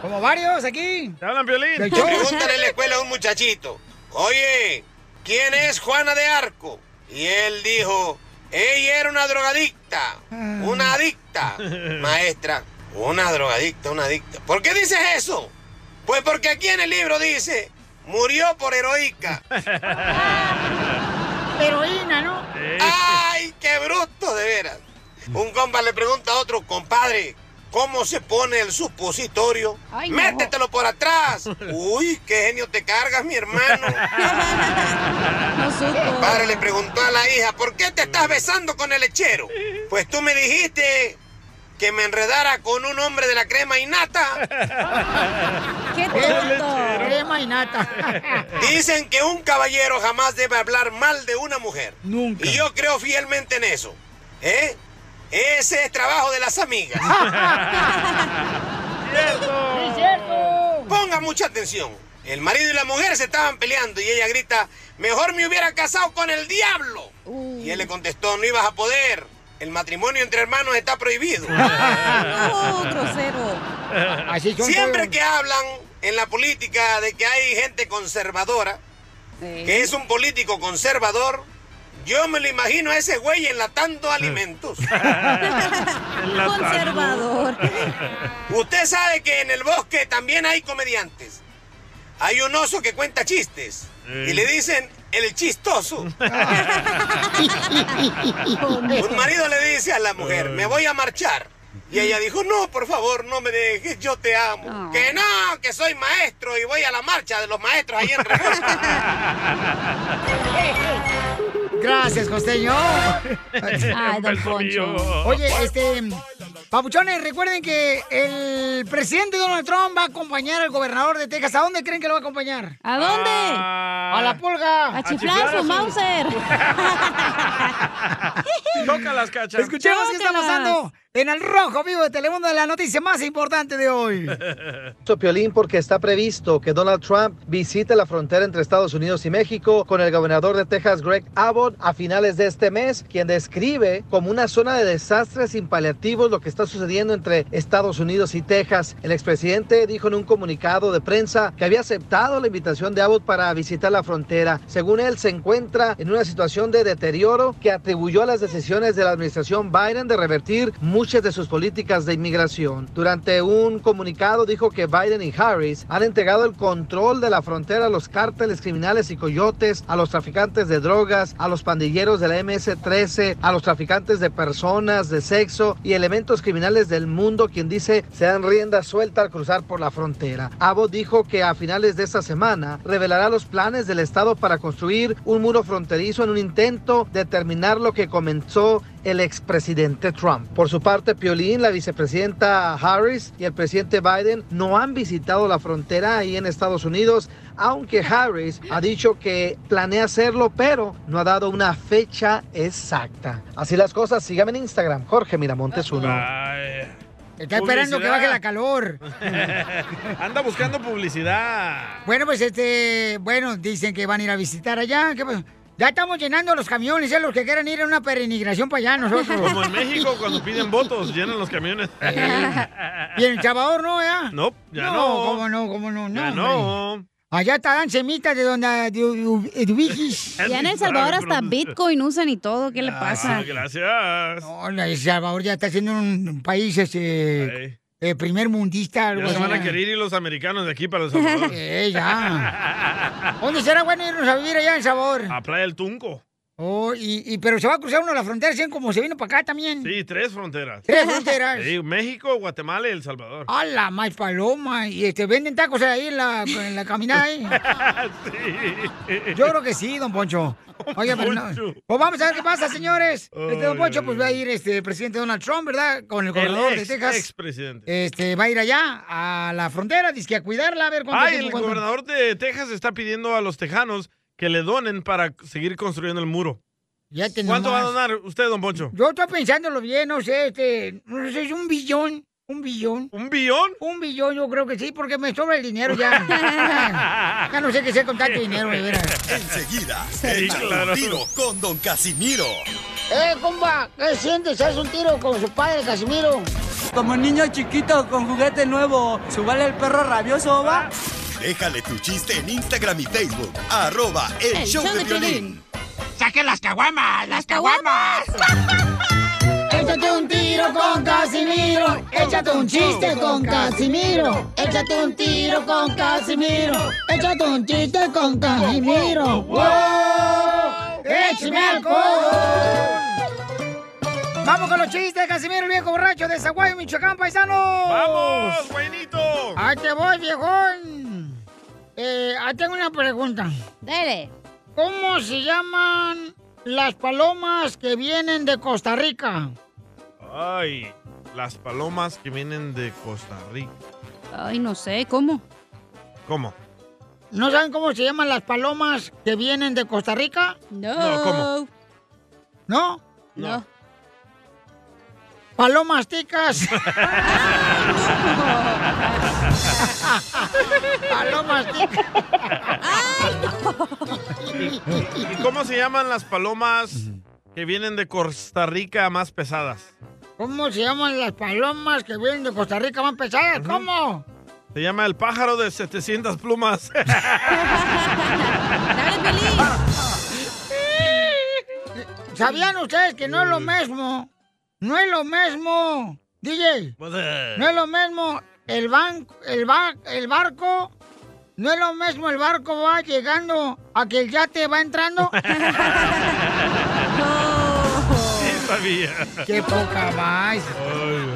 Speaker 1: Como varios aquí.
Speaker 2: Te hablan, Piolín.
Speaker 10: Pregúntale en la escuela a un muchachito, oye, ¿quién es Juana de Arco? Y él dijo, ella era una drogadicta, una adicta. Maestra, una drogadicta, una adicta. ¿Por qué dices eso? Pues porque aquí en el libro dice, murió por heroica.
Speaker 1: Heroína, ¿no?
Speaker 10: ¡Ay, qué bruto, de veras! Un compa le pregunta a otro, compadre, ¿cómo se pone el supositorio?
Speaker 13: Ay, no.
Speaker 10: ¡Métetelo por atrás! ¡Uy, qué genio te cargas, mi hermano! El compadre le preguntó a la hija, ¿por qué te estás besando con el lechero? Pues tú me dijiste que me enredara con un hombre de la crema innata.
Speaker 1: ¡Qué tonto! Crema y nata.
Speaker 10: Dicen que un caballero jamás debe hablar mal de una mujer.
Speaker 1: Nunca.
Speaker 10: Y yo creo fielmente en eso. ¿Eh? Ese es trabajo de las amigas. Ponga mucha atención. El marido y la mujer se estaban peleando y ella grita, mejor me hubiera casado con el diablo. Y él le contestó, no ibas a poder. El matrimonio entre hermanos está prohibido.
Speaker 13: no, grosero. Así son
Speaker 10: Siempre
Speaker 13: todos.
Speaker 10: que hablan en la política de que hay gente conservadora, que es un político conservador, yo me lo imagino a ese güey enlatando alimentos.
Speaker 13: Conservador.
Speaker 10: Usted sabe que en el bosque también hay comediantes. Hay un oso que cuenta chistes
Speaker 13: Eh.
Speaker 10: y le dicen el chistoso. un marido le dice a la mujer, me voy a marchar. Y ella dijo, no, por favor, no me dejes, yo te amo. Que no, que soy maestro y voy a la marcha de los maestros ahí en
Speaker 1: Gracias, costeño.
Speaker 13: Ay, don Poncho.
Speaker 1: Oye, este. Papuchones, recuerden que el presidente Donald Trump va a acompañar al gobernador de Texas. ¿A dónde creen que lo va a acompañar?
Speaker 3: ¿A dónde?
Speaker 1: a la pulga.
Speaker 3: A chiflar su Mauser.
Speaker 2: Toca las cachas.
Speaker 1: Escuchemos qué está pasando en el rojo vivo de Telemundo de la noticia más importante de hoy.
Speaker 6: Esto, Piolín, porque está previsto que Donald Trump visite la frontera entre Estados Unidos y México con el gobernador de Texas, Greg Abbott, a finales de este mes, quien describe como una zona de desastres impaliativos lo que está sucediendo entre Estados Unidos y Texas. El expresidente dijo en un comunicado de prensa que había aceptado la invitación de Abbott para visitar la frontera. Según él, se encuentra en una situación de deterioro que atribuyó a las decisiones de la administración Biden de revertir muchas de sus políticas de inmigración. Durante un comunicado dijo que Biden y Harris han entregado el control de la frontera a los cárteles criminales y coyotes, a los traficantes de drogas, a los pandilleros de la MS-13, a los traficantes de personas, de sexo y elementos criminales del mundo, quien dice se dan rienda suelta al cruzar por la frontera. Abbott dijo que a finales de esta semana revelará los planes del Estado para construir un muro fronterizo en un intento de terminar lo que comenzó el expresidente Trump. Por su parte, Piolín, la vicepresidenta Harris y el presidente Biden no han visitado la frontera ahí en Estados Unidos, aunque Harris ha dicho que planea hacerlo, pero no ha dado una fecha exacta. Así las cosas, síganme en Instagram, Jorge Miramontes 1.
Speaker 1: Está esperando que baje la calor.
Speaker 2: Anda buscando publicidad.
Speaker 1: Bueno, pues este, bueno, dicen que van a ir a visitar allá. ¿Qué pasó? Ya estamos llenando los camiones, ¿eh? los que quieran ir a una peregrinación para allá nosotros.
Speaker 2: Como en México, cuando piden votos, llenan los camiones.
Speaker 1: Y en El Salvador no, ¿ya?
Speaker 2: No, ya
Speaker 1: No,
Speaker 2: no.
Speaker 1: cómo no, cómo no, no.
Speaker 2: Ya
Speaker 1: hombre. Allá te dan semitas de donde de, de- de ubijis.
Speaker 3: Ya en El Salvador hasta Bitcoin usan y todo. ¿Qué le pasa?
Speaker 2: gracias.
Speaker 1: No, la- Ah, El Salvador ya está siendo un país este, eh, primer mundista.
Speaker 2: Ya
Speaker 1: Algo
Speaker 2: se van a
Speaker 1: así.
Speaker 2: querer ir los americanos de aquí para El Salvador.
Speaker 1: Eh, ya. ¿Dónde será bueno irnos a vivir allá en El Salvador?
Speaker 2: A Playa del Tunco.
Speaker 1: Oh, y, y- pero se va a cruzar uno la frontera, ¿sí? como se vino para acá también.
Speaker 2: Sí, tres fronteras.
Speaker 1: Tres fronteras.
Speaker 2: Sí, México, Guatemala y El Salvador.
Speaker 1: A la más paloma. Y este, venden tacos ahí en la, en la caminada. ahí? Yo creo que sí, don Poncho. Oye, pero no.
Speaker 13: Poncho.
Speaker 1: Pues vamos a ver qué pasa, señores. Este don
Speaker 2: Ay,
Speaker 1: Poncho,
Speaker 2: ay,
Speaker 1: pues va a ir este el presidente Donald Trump, ¿verdad? Con el gobernador
Speaker 2: ex,
Speaker 1: de Texas.
Speaker 2: expresidente.
Speaker 1: Este, va a ir allá, a la frontera, dice a cuidarla, a ver cuánto
Speaker 2: Ay,
Speaker 1: tiempo
Speaker 2: el
Speaker 1: aguantan.
Speaker 2: gobernador de Texas está pidiendo a los tejanos que le donen para seguir construyendo el muro.
Speaker 1: Ya te
Speaker 2: ¿Cuánto va a
Speaker 1: nomás.
Speaker 2: donar usted, don Poncho?
Speaker 1: Yo estoy pensándolo bien, no sé, este, no sé, es un billón, un billón.
Speaker 2: ¿Un billón?
Speaker 1: Un billón, yo creo que sí, porque me sobra el dinero ya. ya no sé qué hacer con tanto dinero, de veras.
Speaker 5: Enseguida,
Speaker 1: Sí,
Speaker 5: échate
Speaker 1: claro.
Speaker 5: un tiro con Don Casimiro.
Speaker 1: ¡Eh, compa! ¿Qué sientes? ¿Haz un tiro con su padre, Casimiro?
Speaker 16: Como niño chiquito con juguete nuevo, subale el perro rabioso, va.
Speaker 5: Déjale tu chiste en Instagram y Facebook, arroba el, show, de violín.
Speaker 1: ¡Saquen las caguamas! ¡Las caguamas! Échate un tiro con Casimiro. Échate un chiste con Casimiro. Échate un tiro con Casimiro. Échate un chiste con Casimiro. ¡Wow! ¡Échame alcohol! Vamos con los chistes, Casimiro, el viejo borracho de Zaguayo, Michoacán, paisano.
Speaker 2: ¡Vamos, buenito!
Speaker 1: Ahí te voy, viejón. Eh, ahí tengo una pregunta. Dale. ¿Cómo se llaman las palomas que vienen de Costa Rica?
Speaker 2: Ay, las palomas que vienen de Costa Rica.
Speaker 1: Ay, no sé, ¿cómo?
Speaker 2: ¿Cómo?
Speaker 1: ¿No saben cómo se llaman las palomas que vienen de Costa Rica? No.
Speaker 2: No, ¿cómo?
Speaker 1: ¿No? No. Palomas ticas. Palomas ticas.
Speaker 2: ¿Y, y cómo se llaman las palomas que vienen de Costa Rica más pesadas?
Speaker 1: ¿Cómo se llaman las palomas que vienen de Costa Rica más pesadas? ¿Cómo?
Speaker 2: Se llama el pájaro de 700 plumas.
Speaker 1: ¿Sabían ustedes que no es lo
Speaker 2: Mm.
Speaker 1: mismo? No es lo mismo, DJ. No es lo mismo el banco, el, ba- el barco. No es lo mismo el barco va llegando a que el yate va entrando.
Speaker 2: Sí, sabía.
Speaker 1: Qué poca más.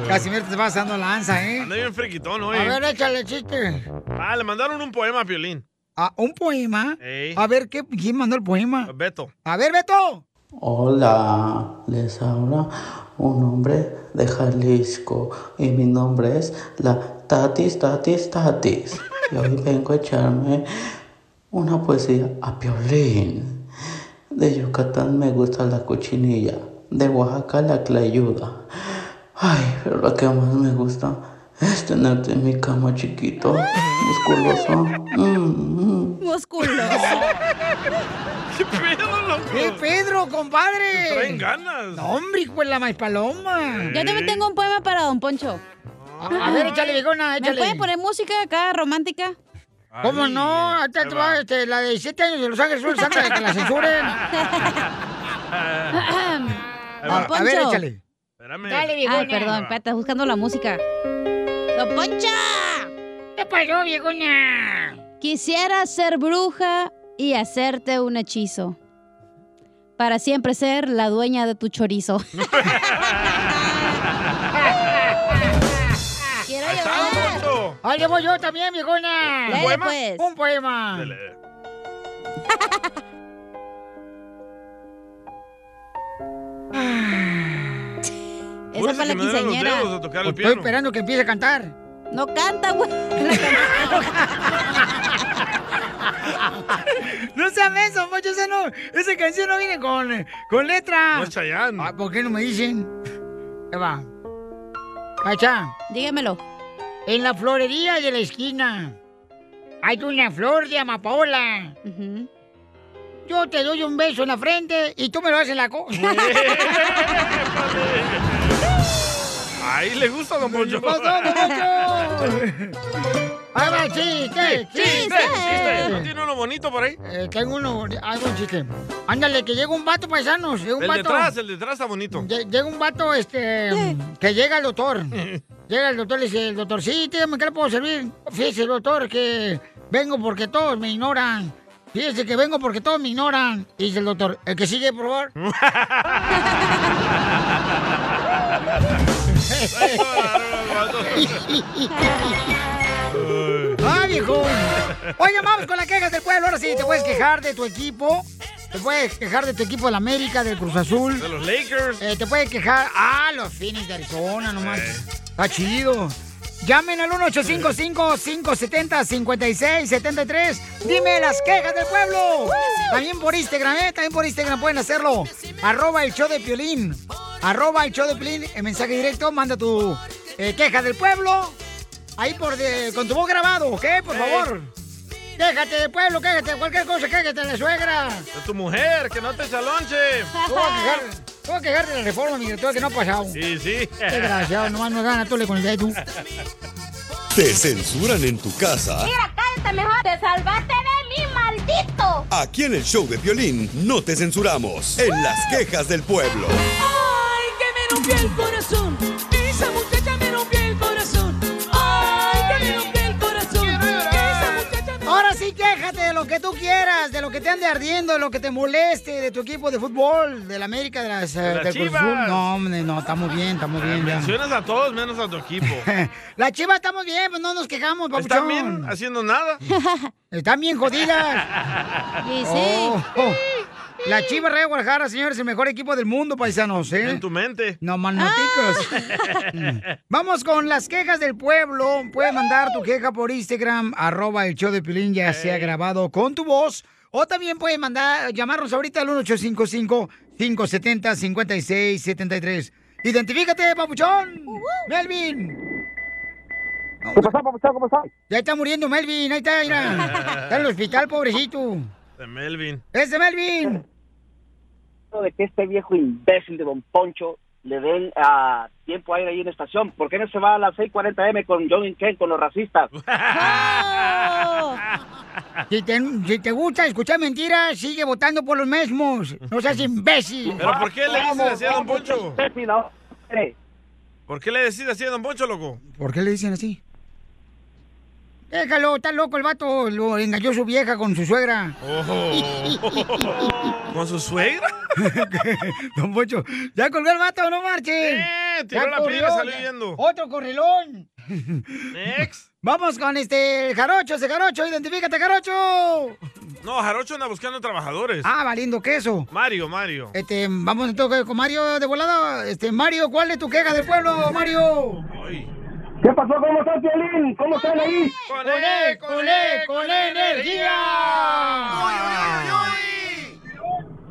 Speaker 1: Casimiro te vas dando lanza, ¿eh?
Speaker 2: Anda bien friquitón
Speaker 1: A
Speaker 2: hoy.
Speaker 1: ver, eh. échale chiste.
Speaker 2: Ah, le mandaron un poema a Piolín.
Speaker 1: Ah, un poema.
Speaker 2: Ey.
Speaker 1: A ver, ¿qué, ¿quién mandó el poema?
Speaker 2: Beto.
Speaker 1: A ver, Beto.
Speaker 17: Hola, les habla un hombre de Jalisco y mi nombre es la Tatis Tatis Tatis. Y hoy vengo a echarme una poesía a Piolín. De Yucatán me gusta la cochinilla, de Oaxaca la clayuda. Ay, pero lo que más me gusta es tenerte en mi cama chiquito, musculoso. Mm, mm.
Speaker 3: Musculoso.
Speaker 2: ¿Qué pedo, loco?
Speaker 1: ¡Eh, Pedro, compadre!
Speaker 2: Te traen ganas.
Speaker 1: No, hombre, hijo de la maíz paloma.
Speaker 3: Yo también tengo un poema para Don Poncho.
Speaker 1: A, a ver, échale, viejona, échale.
Speaker 3: ¿Me puede poner música acá romántica?
Speaker 1: ¿Cómo no? Ahorita te va, este, la de 17 años de Los Ángeles Sur, santa de que la censuren.
Speaker 3: Don Poncho.
Speaker 1: a ver, échale.
Speaker 2: Espérame.
Speaker 1: Dale, viejona.
Speaker 3: Ay, perdón, espérate, estás buscando la música. ¡Don Poncho!
Speaker 1: ¿Qué pasó, viejona?
Speaker 3: Quisiera ser bruja y hacerte un hechizo. Para siempre ser la dueña de tu chorizo.
Speaker 1: Quiero
Speaker 2: llorar.
Speaker 1: Ahí le voy yo también, viejona.
Speaker 3: ¿Un Dale, poema? pues.
Speaker 1: Un poema.
Speaker 3: Esa fue la quinceañera.
Speaker 1: Estoy esperando que empiece a cantar.
Speaker 3: No canta, güey.
Speaker 1: No sean eso, Poncho, esa no, esa canción no viene con, con letra.
Speaker 2: No es Chayanne.
Speaker 1: Ah, ¿Por qué no me dicen? Ahí va. Cacha.
Speaker 3: Dígamelo.
Speaker 1: En la florería de la esquina hay una flor de amapola. yo te doy un beso en la frente y tú me lo haces en la co...
Speaker 2: Ahí le gusta, don Poncho.
Speaker 1: pasó, don ¡Ahí va, chiste!
Speaker 2: Chiste, chiste. ¿No tiene uno bonito por ahí?
Speaker 1: Eh, tengo uno, algo un chiste. Ándale, que llega un vato, paisanos. Llega un
Speaker 2: El
Speaker 1: vato,
Speaker 2: detrás, el detrás está bonito.
Speaker 1: Lle- Llega un vato, este, que llega el doctor. Llega el doctor y dice, el doctor, sí, dígame, ¿qué le puedo servir? Fíjese, doctor, que vengo porque todos me ignoran. Fíjese que vengo porque todos me ignoran. Y dice el doctor, el que sigue, por favor. ¡Ah, viejo! Oigan, vamos con las quejas del pueblo. Ahora sí, te puedes quejar de tu equipo. Te puedes quejar de tu equipo del América, del Cruz Azul.
Speaker 2: De los Lakers.
Speaker 1: Eh, te puedes quejar. Ah, los Phoenix de Arizona, nomás. Está chido. Llamen al 1-855-570-5673. Dime las quejas del pueblo. También por Instagram, ¿eh? También por Instagram pueden hacerlo. Arroba el show de Piolín. Arroba el show de Piolín. En mensaje directo, manda tu eh, queja del pueblo. Ahí por de- con tu voz grabado, ¿ok? Por
Speaker 2: Ey.
Speaker 1: favor. Quéjate del pueblo, quéjate de cualquier cosa, quéjate de la suegra.
Speaker 2: De tu mujer, que no te echa lonche.
Speaker 1: Tú vas a quejar, tú vas a quejar de la reforma migratoria que no ha pasado.
Speaker 2: Sí, sí.
Speaker 1: Desgraciado, nomás no gana tole con el dedo.
Speaker 5: ¿Te censuran en tu casa?
Speaker 9: cállate mejor. Te salvaste de mí, maldito.
Speaker 5: Aquí en el show de violín no te censuramos. En las quejas del pueblo.
Speaker 13: Ay, que me rompió el corazón. Esa muchacha me rompió el corazón. Ay, que me rompió el corazón. Esa muchacha
Speaker 1: Ahora sí, quéjate de lo que tú quieras, de lo que te ande ardiendo, de lo que te moleste, de tu equipo de fútbol, del América, de las, eh,
Speaker 2: De las
Speaker 1: del Cruz
Speaker 2: Chivas.
Speaker 1: Azul. No, hombre, no, está muy bien, está muy bien. ya.
Speaker 2: Mencionas a todos menos a tu equipo.
Speaker 1: Las chivas estamos bien, pues no nos quejamos, papuchón.
Speaker 2: Están bien haciendo nada.
Speaker 1: Están bien jodidas.
Speaker 2: Y sí.
Speaker 1: Oh, oh. La Chivas Rey de Guadalajara, señores, el mejor equipo del mundo, paisanos, ¿eh? En tu
Speaker 2: mente.
Speaker 1: No,
Speaker 2: Ah.
Speaker 1: malnoticos. Vamos con las quejas del pueblo. Puedes mandar tu queja por Instagram, arroba el show de Pilín, ya sea grabado con tu voz. O también puedes mandar, llamarnos ahorita al 1855-570-5673. Identifícate, papuchón. Melvin. ¿Qué pasa, papuchón? ¿Cómo estás? Ya está muriendo Melvin, ahí está, mira. Está en el hospital, pobrecito.
Speaker 2: De Melvin.
Speaker 1: ¡Es de Melvin!
Speaker 18: de que este viejo imbécil de Don Poncho le den a tiempo aire ahí en la estación. ¿Por qué no se va a las 6:40 m con John Ken con los racistas?
Speaker 1: Si te, si te gusta escuchar mentiras, sigue votando por los mismos. No seas imbécil.
Speaker 2: ¿Pero por qué le dicen así a Don Poncho?
Speaker 18: Eh,
Speaker 2: ¿Por qué le decís así a Don Poncho, loco?
Speaker 1: ¿Por qué le dicen así? Déjalo, está loco el vato. Lo engañó su vieja con su suegra.
Speaker 2: ¿Con su suegra?
Speaker 1: Oh. Don Poncho, ya colgó el vato, no marchen.
Speaker 2: Eh, tiró la piedra y salió yendo.
Speaker 1: Otro correlón. Vamos con este, el jarocho, ese jarocho, identifícate, jarocho.
Speaker 2: No, Jarocho anda buscando trabajadores.
Speaker 1: Ah, valiendo queso.
Speaker 2: Mario, Mario.
Speaker 1: Este, vamos entonces con Mario de volada. Este, Mario, ¿cuál es tu queja del pueblo, Mario?
Speaker 18: ¿Qué pasó? ¿Cómo estás, Piolín? ¿Cómo están ahí?
Speaker 1: Con
Speaker 2: E,
Speaker 1: él, con él, con él,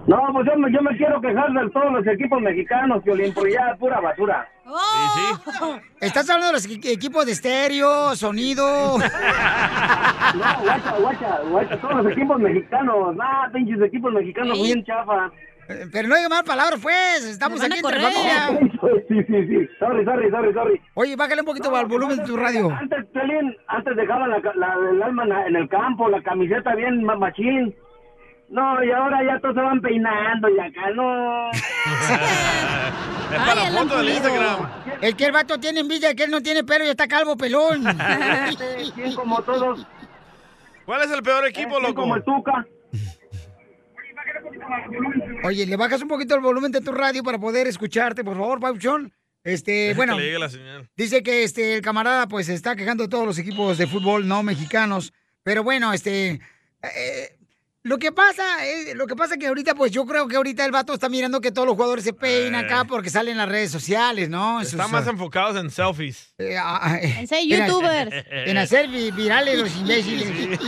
Speaker 18: No, pues yo me, yo me quiero quejar de todos los equipos mexicanos, Piolín, porque ya es pura basura.
Speaker 3: Oh.
Speaker 1: Estás hablando de los equi- equipos de estéreo, sonido.
Speaker 18: No, guacha, guacha, guacha, todos los equipos mexicanos, nada, pinches equipos mexicanos
Speaker 1: Sí. Eh,
Speaker 18: bien chafa.
Speaker 1: Pero no diga mal palabras, pues. Estamos aquí entre familia.
Speaker 18: Sí, sí, sí, sorry, sorry, sorry, sorry.
Speaker 1: Oye, bájale un poquito al volumen de tu radio.
Speaker 18: Antes, Piolín, antes dejaban la, ca- la- el alma en la- en el campo, la camiseta bien ma- machín. No, y ahora ya todos se van peinando y acá no.
Speaker 2: Es para Eh, la foto del Instagram.
Speaker 1: Es que el vato tiene envidia, que él no tiene pelo y está calvo pelón.
Speaker 18: como todos.
Speaker 2: ¿Cuál es el peor equipo, loco? Como el
Speaker 18: Tuca.
Speaker 1: Oye, ¿le bajas un poquito el volumen de tu radio para poder escucharte, por favor, Pauchón? Este, bueno.
Speaker 2: Que le llegue la señal.
Speaker 1: Dice que este el camarada pues se está quejando de todos los equipos de fútbol no mexicanos, pero bueno, este eh, lo que pasa es lo que pasa que ahorita pues yo creo que ahorita el vato está mirando que todos los jugadores se peinan acá porque salen en las redes sociales, ¿no? En
Speaker 2: Están
Speaker 1: sus,
Speaker 2: Eh. más
Speaker 1: ah,
Speaker 2: enfocados en selfies.
Speaker 1: eh, ah, ah, eh,
Speaker 2: En ser
Speaker 1: en hacer-
Speaker 2: youtubers.
Speaker 1: En hacer vi- virales los imbéciles.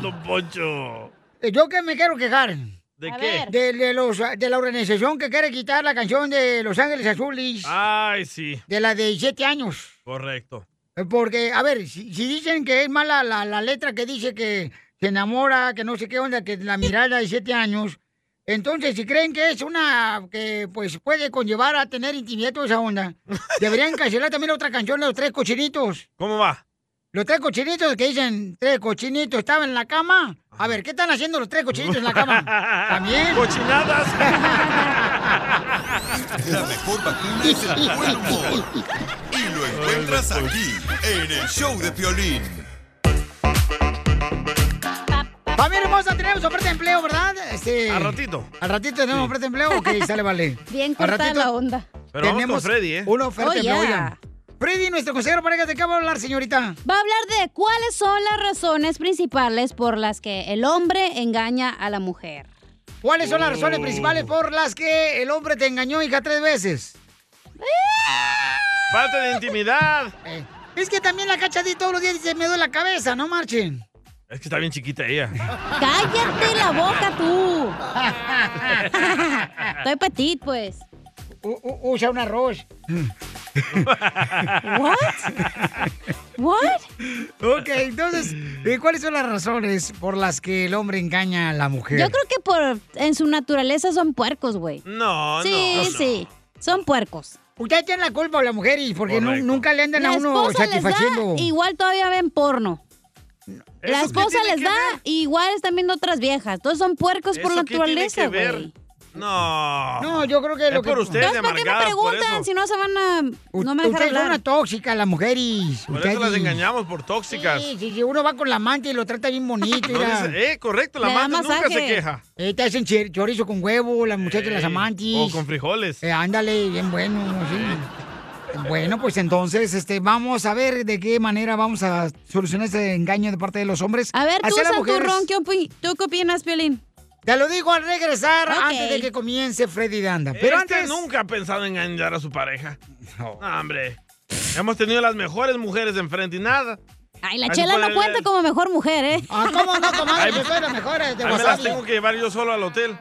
Speaker 2: Don Poncho.
Speaker 1: Eh, Yo que me quiero quejar.
Speaker 2: ¿De A qué? ver.
Speaker 1: De, de los, de la organización que quiere quitar la canción de Los Ángeles Azules.
Speaker 2: Ay, sí.
Speaker 1: De la de 17 años.
Speaker 2: Correcto.
Speaker 1: Eh, Porque, a ver, si, si dicen que es mala la, la letra que dice que se enamora, que no sé qué onda, que la mirada de siete años. Entonces, si creen que es una que pues puede conllevar a tener intimidad toda esa onda, deberían cancelar también la otra canción de los tres cochinitos.
Speaker 2: ¿Cómo va?
Speaker 1: Los tres cochinitos que dicen, tres cochinitos estaban en la cama. A ver, ¿qué están haciendo los tres cochinitos en la cama? También.
Speaker 2: Cochinadas.
Speaker 5: La mejor vacuna es el buen humor. Y lo encuentras aquí, en el show de Piolín.
Speaker 1: Familia hermosa, tenemos oferta de empleo, ¿verdad? Este,
Speaker 2: Al ratito.
Speaker 1: Al ratito tenemos oferta de empleo. Ok, sale, vale.
Speaker 3: Bien
Speaker 1: Al
Speaker 3: corta
Speaker 1: ratito
Speaker 3: la onda.
Speaker 2: Pero vamos con Freddy, ¿eh?
Speaker 1: Una oferta
Speaker 3: Oh,
Speaker 1: de empleo,
Speaker 3: yeah.
Speaker 1: oigan. Freddy, nuestro consejero pareja, ¿de qué va a hablar, señorita?
Speaker 3: Va a hablar de cuáles son las razones principales por las que el hombre engaña a la mujer.
Speaker 1: ¿Cuáles son
Speaker 2: Oh.
Speaker 1: las razones principales por las que el hombre te engañó, hija, tres veces?
Speaker 2: Eh. Falta de intimidad.
Speaker 1: Eh, es que también la cachadita todos los días dice, me duele la cabeza, no marchen.
Speaker 2: Es que está bien chiquita ella.
Speaker 3: ¡Cállate la boca tú! Estoy petit, pues.
Speaker 1: usa un arroz.
Speaker 13: What?
Speaker 3: ¿What?
Speaker 1: Ok, entonces, eh, ¿cuáles son las razones por las que el hombre engaña a la mujer?
Speaker 3: Yo creo que por en su naturaleza son puercos, güey.
Speaker 2: No,
Speaker 3: sí,
Speaker 1: no, no.
Speaker 3: sí. Son puercos.
Speaker 1: Usted tiene la culpa a la mujer y porque nu- nunca le andan a uno satisfaciendo.
Speaker 3: igual todavía ven porno. La
Speaker 1: qué
Speaker 3: esposa
Speaker 1: tiene
Speaker 3: les
Speaker 1: que
Speaker 3: da, igual están viendo otras viejas. Todos son puercos Pues por
Speaker 2: ¿Eso qué tiene
Speaker 3: naturaleza,
Speaker 2: que ver?
Speaker 3: güey.
Speaker 2: No.
Speaker 1: No, yo creo que
Speaker 2: es
Speaker 1: lo que-
Speaker 2: por ustedes, de
Speaker 1: Entonces, ¿por qué me
Speaker 2: amargadas, por
Speaker 3: Preguntan
Speaker 2: eso.
Speaker 3: si no se van a.
Speaker 1: U-
Speaker 3: No me dejan
Speaker 1: ustedes son
Speaker 3: hablar.
Speaker 1: una tóxica, las mujeres.
Speaker 2: Por
Speaker 1: Ustedes-
Speaker 2: eso las engañamos, por tóxicas.
Speaker 1: Sí, sí, sí, uno va con la amante y lo trata bien bonito.
Speaker 2: No
Speaker 1: mira.
Speaker 2: dice- eh, correcto, la
Speaker 1: Le da
Speaker 2: amante nunca
Speaker 1: masaje.
Speaker 2: se queja.
Speaker 1: Eh, te hacen chir- chorizo con huevo, las muchachas, las amantes.
Speaker 2: O con frijoles.
Speaker 1: Eh, ándale, bien bueno, sí. Bueno, pues entonces, este, vamos a ver de qué manera vamos a solucionar ese engaño de parte de los hombres.
Speaker 3: A ver, tú,
Speaker 1: hacia las mujeres.
Speaker 3: Santurrón, ¿qué opi- ¿tú qué opinas, Piolín?
Speaker 1: Te lo digo al regresar,
Speaker 3: Ok.
Speaker 1: antes de que comience Freddy Danda. Pero
Speaker 2: este
Speaker 1: antes...
Speaker 2: nunca ha pensado en engañar a su pareja. No. hombre. Hemos tenido las mejores mujeres enfrente y nada.
Speaker 3: Ay, la
Speaker 2: Ay,
Speaker 3: chela
Speaker 2: puede
Speaker 3: no cuenta
Speaker 2: ver.
Speaker 3: como mejor mujer, ¿eh?
Speaker 1: Ah, ¿cómo no, comadre?
Speaker 2: Ay, me-
Speaker 1: Yo soy la mejor eh, de
Speaker 2: Ahí me las
Speaker 1: wasabi.
Speaker 2: tengo que llevar yo solo al hotel.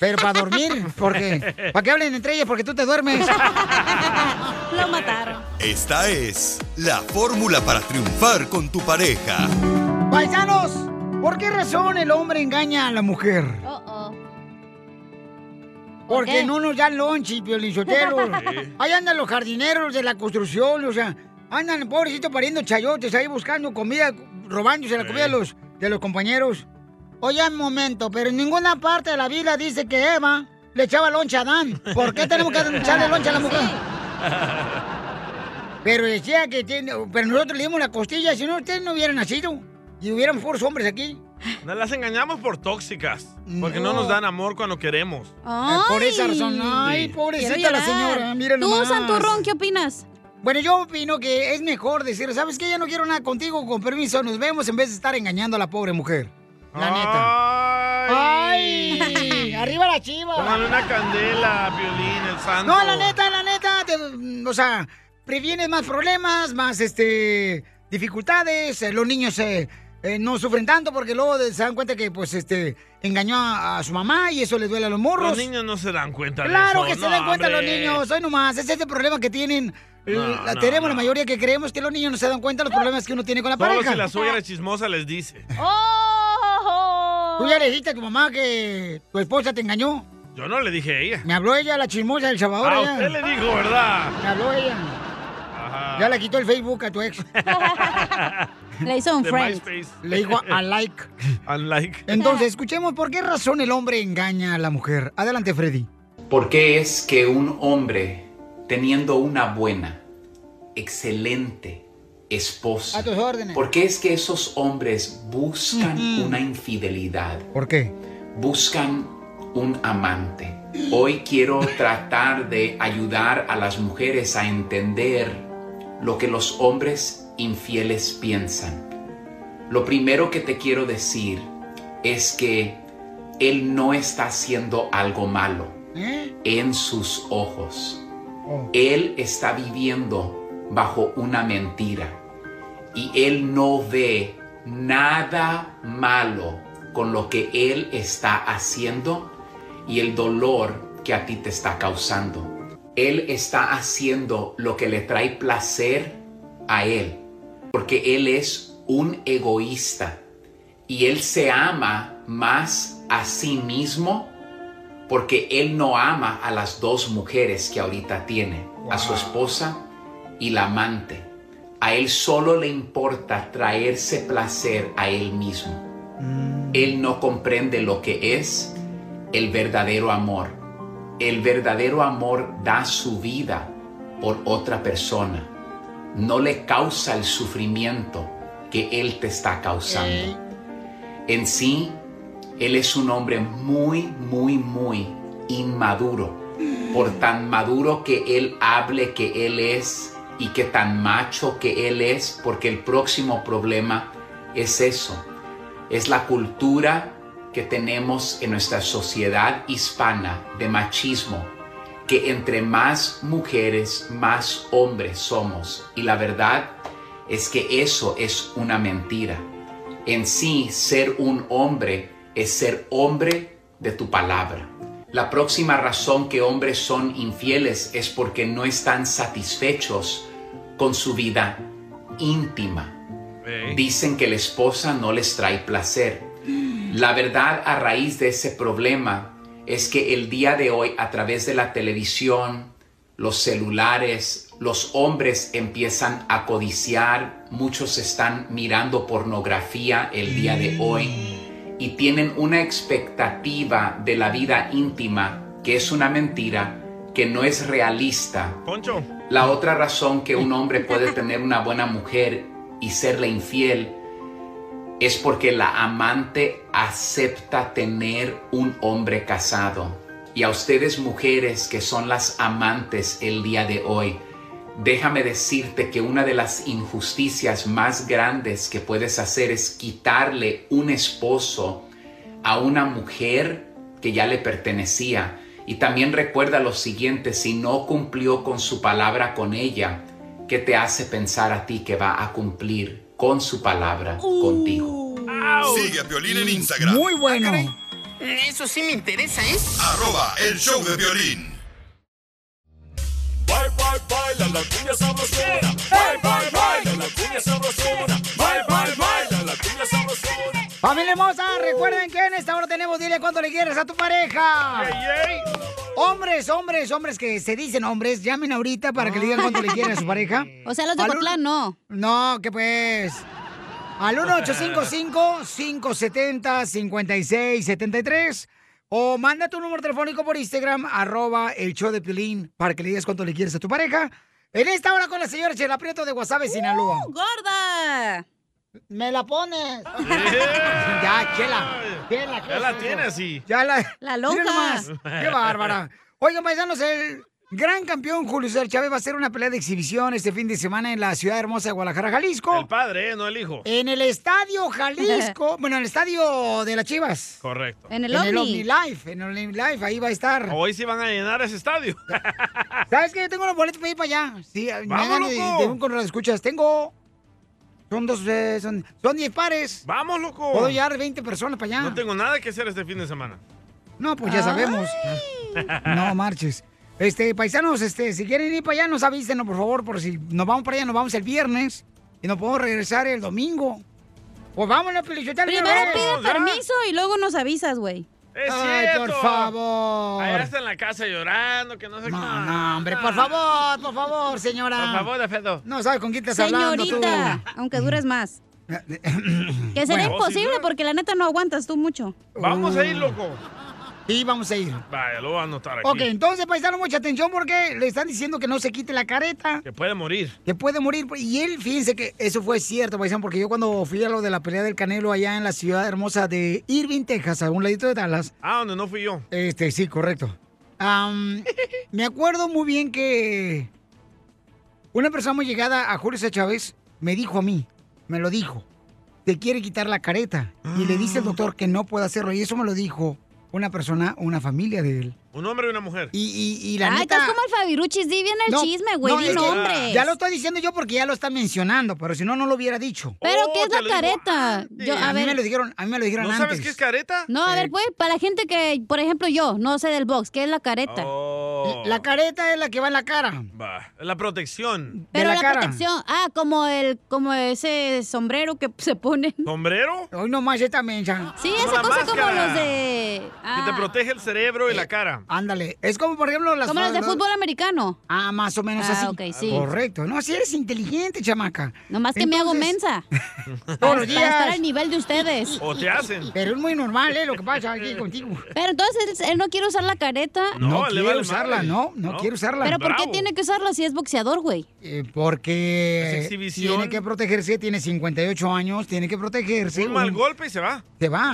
Speaker 1: Pero para dormir, porque... Para que hablen entre ellas, porque tú te duermes.
Speaker 3: Lo mataron.
Speaker 5: Esta es la fórmula para triunfar con tu pareja.
Speaker 1: Paisanos, ¿por qué razón el hombre engaña a la mujer?
Speaker 3: Oh,
Speaker 1: Porque
Speaker 13: qué?
Speaker 1: no nos dan lonchi, piolizoteros.
Speaker 13: Sí.
Speaker 1: Ahí andan los jardineros de la construcción, o sea, andan pobrecito pariendo chayotes ahí buscando comida, robándose la comida de los, de los compañeros. Oye, un momento, pero en ninguna parte de la Biblia dice que Eva le echaba loncha a Adán. ¿Por qué tenemos que echarle loncha a la mujer? Pero decía que tiene, pero nosotros le dimos la costilla, si no ustedes no hubieran nacido y hubieran puros hombres aquí.
Speaker 2: Nos las engañamos por tóxicas. Porque no
Speaker 1: No.
Speaker 2: nos dan amor cuando queremos.
Speaker 1: Eh, por esa razón, ay,
Speaker 2: Sí.
Speaker 1: pobrecita
Speaker 3: Quiero
Speaker 1: la
Speaker 3: llorar.
Speaker 1: señora, miren
Speaker 3: Tú, Santurrón, ¿qué opinas?
Speaker 1: Bueno, yo opino que es mejor decir, ¿sabes qué? Ya no quiero nada contigo, con permiso, nos vemos en vez de estar engañando a la pobre mujer. La neta. ¡Ay! ¡Arriba la chiva!
Speaker 2: Póngale una candela, violín, el santo.
Speaker 1: No, la neta, la neta, te- o sea, previenes más problemas, más este dificultades, eh, los niños eh, eh, no sufren tanto porque luego de- se dan cuenta que pues este engañó a, a su mamá y eso les duele a los morros.
Speaker 2: Los niños no se dan cuenta
Speaker 1: Claro
Speaker 2: de
Speaker 1: que
Speaker 2: eso.
Speaker 1: se dan cuenta los
Speaker 2: hombre.
Speaker 1: niños, hoy nomás, ese es el problema que tienen.
Speaker 2: No,
Speaker 1: La-
Speaker 2: no,
Speaker 1: tenemos la mayoría que creemos que los niños no se dan cuenta de los problemas que uno tiene con la
Speaker 2: Solo
Speaker 1: pareja.
Speaker 2: si la suegra chismosa les dice.
Speaker 1: ¿Tú ya le dijiste a tu mamá que tu esposa te engañó?
Speaker 2: Yo no le dije a ella.
Speaker 1: Me habló ella, la chismosa del Salvador.
Speaker 2: Ah,
Speaker 1: ella.
Speaker 2: usted le dijo, ¿verdad?
Speaker 1: Me habló ella.
Speaker 2: Ajá.
Speaker 1: Ya le quitó el Facebook a tu ex.
Speaker 3: Le hizo un
Speaker 1: De
Speaker 3: friend.
Speaker 2: MySpace.
Speaker 1: Le dijo a like.
Speaker 2: Unlike.
Speaker 1: Entonces, escuchemos por qué razón el hombre engaña a la mujer. Adelante, Freddy.
Speaker 19: ¿Por qué es que un hombre teniendo una buena, excelente
Speaker 1: A
Speaker 19: esposa,
Speaker 1: tus órdenes.
Speaker 19: ¿por qué es que esos hombres buscan
Speaker 1: Ujú.
Speaker 19: una infidelidad?
Speaker 1: ¿Por qué?
Speaker 19: Buscan un amante. Hoy quiero tratar de ayudar a las mujeres a entender lo que los hombres infieles piensan. Lo primero que te quiero decir es que él no está haciendo algo malo
Speaker 1: Eh?
Speaker 19: en sus ojos. Él está viviendo bajo una mentira y él no ve nada malo con lo que él está haciendo y el dolor que a ti te está causando. Él está haciendo lo que le trae placer a él, porque él es un egoísta y él se ama más a sí mismo porque él no ama a las dos mujeres que ahorita tiene, a su esposa y la amante. A él solo le importa traerse placer a él mismo. Él no comprende lo que es el verdadero amor. El verdadero amor da su vida por otra persona. No le causa el sufrimiento que él te está causando. En sí, él es un hombre muy, muy, muy inmaduro. Por tan maduro que él hable que él es y que tan macho que él es, porque el próximo problema es eso. Es la cultura que tenemos en nuestra sociedad hispana de machismo, que entre más mujeres, más hombres somos. Y la verdad es que eso es una mentira. En sí, ser un hombre es ser hombre de tu palabra. La próxima razón que hombres son infieles es porque no están satisfechos con su vida íntima. Dicen que la esposa no les trae placer. La verdad a raíz de ese problema es que el día de hoy a través de la televisión, los celulares, los hombres empiezan a codiciar, muchos están mirando pornografía el día de hoy y tienen una expectativa de la vida íntima que es una mentira, que no es realista.
Speaker 2: Poncho.
Speaker 19: La otra razón que un hombre puede tener una buena mujer y serle infiel es porque la amante acepta tener un hombre casado. Y a ustedes mujeres que son las amantes el día de hoy, déjame decirte que una de las injusticias más grandes que puedes hacer es quitarle un esposo a una mujer que ya le pertenecía. Y también recuerda lo siguiente, si no cumplió con su palabra con ella, ¿qué te hace pensar a ti que va a cumplir con su palabra contigo?
Speaker 13: Uh.
Speaker 5: Sigue a Piolín en Instagram.
Speaker 1: Muy bueno.
Speaker 13: Eso sí me interesa, ¿eh?
Speaker 5: Arroba el show de violín.
Speaker 8: Bye, bye, baila la cumbia sabrosona. Bye, bye, baila la cumbia sabrosona. Bye, bye, baila la cumbia sabrosona.
Speaker 1: Familia hermosa, recuerden que en esta hora tenemos Dile cuánto le quieres a tu pareja. Hombres, hombres, hombres que se dicen hombres, llamen ahorita para que le digan cuánto le quieren a su pareja.
Speaker 3: O sea, los de
Speaker 1: Al
Speaker 3: Ocotlán no.
Speaker 1: No, que pues. Al 1855-570-5673. O manda tu número telefónico por Instagram, arroba el show de Pilín, para que le digas cuánto le quieres a tu pareja. En esta hora con la señora Chela Prieto de Guasave, Sinaloa.
Speaker 3: ¡Gorda!
Speaker 1: ¡Me la pones! ya, Chela. Chela, ¿qué
Speaker 2: ¡Eh! Ya
Speaker 1: es
Speaker 2: la
Speaker 1: eso?
Speaker 2: tiene así.
Speaker 1: Ya la...
Speaker 3: La loca.
Speaker 1: Miren nomás, ¡Qué bárbara! Oigan, paisanos, el gran campeón Julio César Chávez va a hacer una pelea de exhibición este fin de semana en la ciudad hermosa de Guadalajara, Jalisco.
Speaker 2: El padre, eh, no el hijo.
Speaker 1: En el estadio Jalisco, bueno, en el estadio de las Chivas.
Speaker 2: Correcto.
Speaker 1: Life, en el Omni Life, ahí va a estar.
Speaker 2: Hoy sí van a llenar ese estadio.
Speaker 1: ¿Sabes qué? Yo tengo los boletos para ir para allá. Sí, me
Speaker 2: ¡Vamos,
Speaker 1: hagan de,
Speaker 2: loco!
Speaker 1: de un correo de escuchas. Tengo. Son dos, eh, son, son diez pares.
Speaker 2: Vamos, loco.
Speaker 1: Puedo llevar 20 personas para allá.
Speaker 2: No tengo nada que hacer este fin de semana.
Speaker 1: No, pues
Speaker 2: Ah.
Speaker 1: ya sabemos. No marches. Este, paisanos, este, si quieren ir para allá, nos avísenos, por favor, por si nos vamos para allá, nos vamos el viernes y nos podemos regresar el domingo. Pues vámonos, Pelichotelo.
Speaker 3: Primero pide permiso y luego nos avisas, güey.
Speaker 2: Es
Speaker 1: Ay,
Speaker 2: cierto.
Speaker 1: por favor.
Speaker 2: Allá está en la casa llorando, que no sé
Speaker 1: No, no, hombre, por favor, por favor, señora.
Speaker 2: Ah. Por favor, Alfredo.
Speaker 1: No sabes con quién estás hablando tú.
Speaker 3: Señorita, aunque dures más. Que será
Speaker 1: Bueno.
Speaker 3: imposible porque la neta no aguantas tú mucho.
Speaker 2: Vamos a ir, loco.
Speaker 1: Uh. Sí, vamos a ir.
Speaker 2: Vaya, lo voy a anotar aquí.
Speaker 1: Ok, entonces, paisano, mucha atención porque le están diciendo que no se quite la careta.
Speaker 2: Que puede morir.
Speaker 1: que puede morir. Y él, fíjense que eso fue cierto, paisano, porque yo cuando fui a lo de la pelea del Canelo allá en la ciudad hermosa de Irving, Texas, a un ladito de Dallas.
Speaker 2: Ah, donde no fui yo.
Speaker 1: Este, sí, correcto. am, me acuerdo muy bien que una persona muy llegada a Julio C. Chávez me dijo a mí, me lo dijo, te quiere quitar la careta. Y le dice el doctor que no puede hacerlo. Y eso me lo dijo una persona, una familia de él.
Speaker 2: Un hombre y una mujer. Ah.
Speaker 1: Y, y, y la
Speaker 3: Ay,
Speaker 1: neta...
Speaker 3: estás como el Fabiruchis, di bien el
Speaker 1: No,
Speaker 3: chisme, güey,
Speaker 1: no,
Speaker 3: di
Speaker 1: es que
Speaker 3: nombres.
Speaker 1: Ya lo estoy diciendo yo porque ya lo están mencionando, pero si no, no lo hubiera dicho.
Speaker 3: Pero,
Speaker 2: Oh,
Speaker 3: ¿qué es la careta? Yo,
Speaker 1: a,
Speaker 3: a
Speaker 1: mí
Speaker 3: ver.
Speaker 1: me lo dijeron, a mí me lo dijeron antes.
Speaker 2: careta?
Speaker 3: pues, No, a ver, güey, para la gente que, por ejemplo, yo no sé del box, ¿qué es la careta?
Speaker 2: Oh.
Speaker 1: La careta es la que va en la cara.
Speaker 2: Bah, La protección.
Speaker 3: Pero la, protección, ah, como el, como ese sombrero que se ponen.
Speaker 2: ¿Sombrero?
Speaker 1: Hoy nomás esta mensa.
Speaker 3: Sí,
Speaker 2: Como
Speaker 3: esa
Speaker 2: la
Speaker 3: cosa como
Speaker 2: máscara.
Speaker 3: los de. ah,
Speaker 2: Que te protege el cerebro y
Speaker 1: Eh,
Speaker 2: la cara.
Speaker 1: Ándale. Es como, por ejemplo, las
Speaker 3: como los de fútbol americano.
Speaker 1: Ah, más o menos
Speaker 3: Ah,
Speaker 1: así.
Speaker 3: ok, sí.
Speaker 1: Correcto. No, si eres inteligente, chamaca.
Speaker 3: Nomás que me hago
Speaker 1: Entonces,
Speaker 3: mensa.
Speaker 1: Todos
Speaker 3: Para
Speaker 1: los días.
Speaker 3: estar al nivel de ustedes.
Speaker 2: O te hacen.
Speaker 1: Pero es muy normal, ¿eh? Lo que pasa aquí contigo.
Speaker 3: Pero entonces él no quiere usar la careta.
Speaker 1: No, quiero usarla, no, no, quiero usarla.
Speaker 3: Pero ¿por qué tiene que usarla si es boxeador, güey?
Speaker 1: Eh, porque
Speaker 2: Es exhibición.
Speaker 1: tiene que protegerse, tiene 58 años, tiene que protegerse.
Speaker 2: Un mal golpe y se va.
Speaker 1: Se va.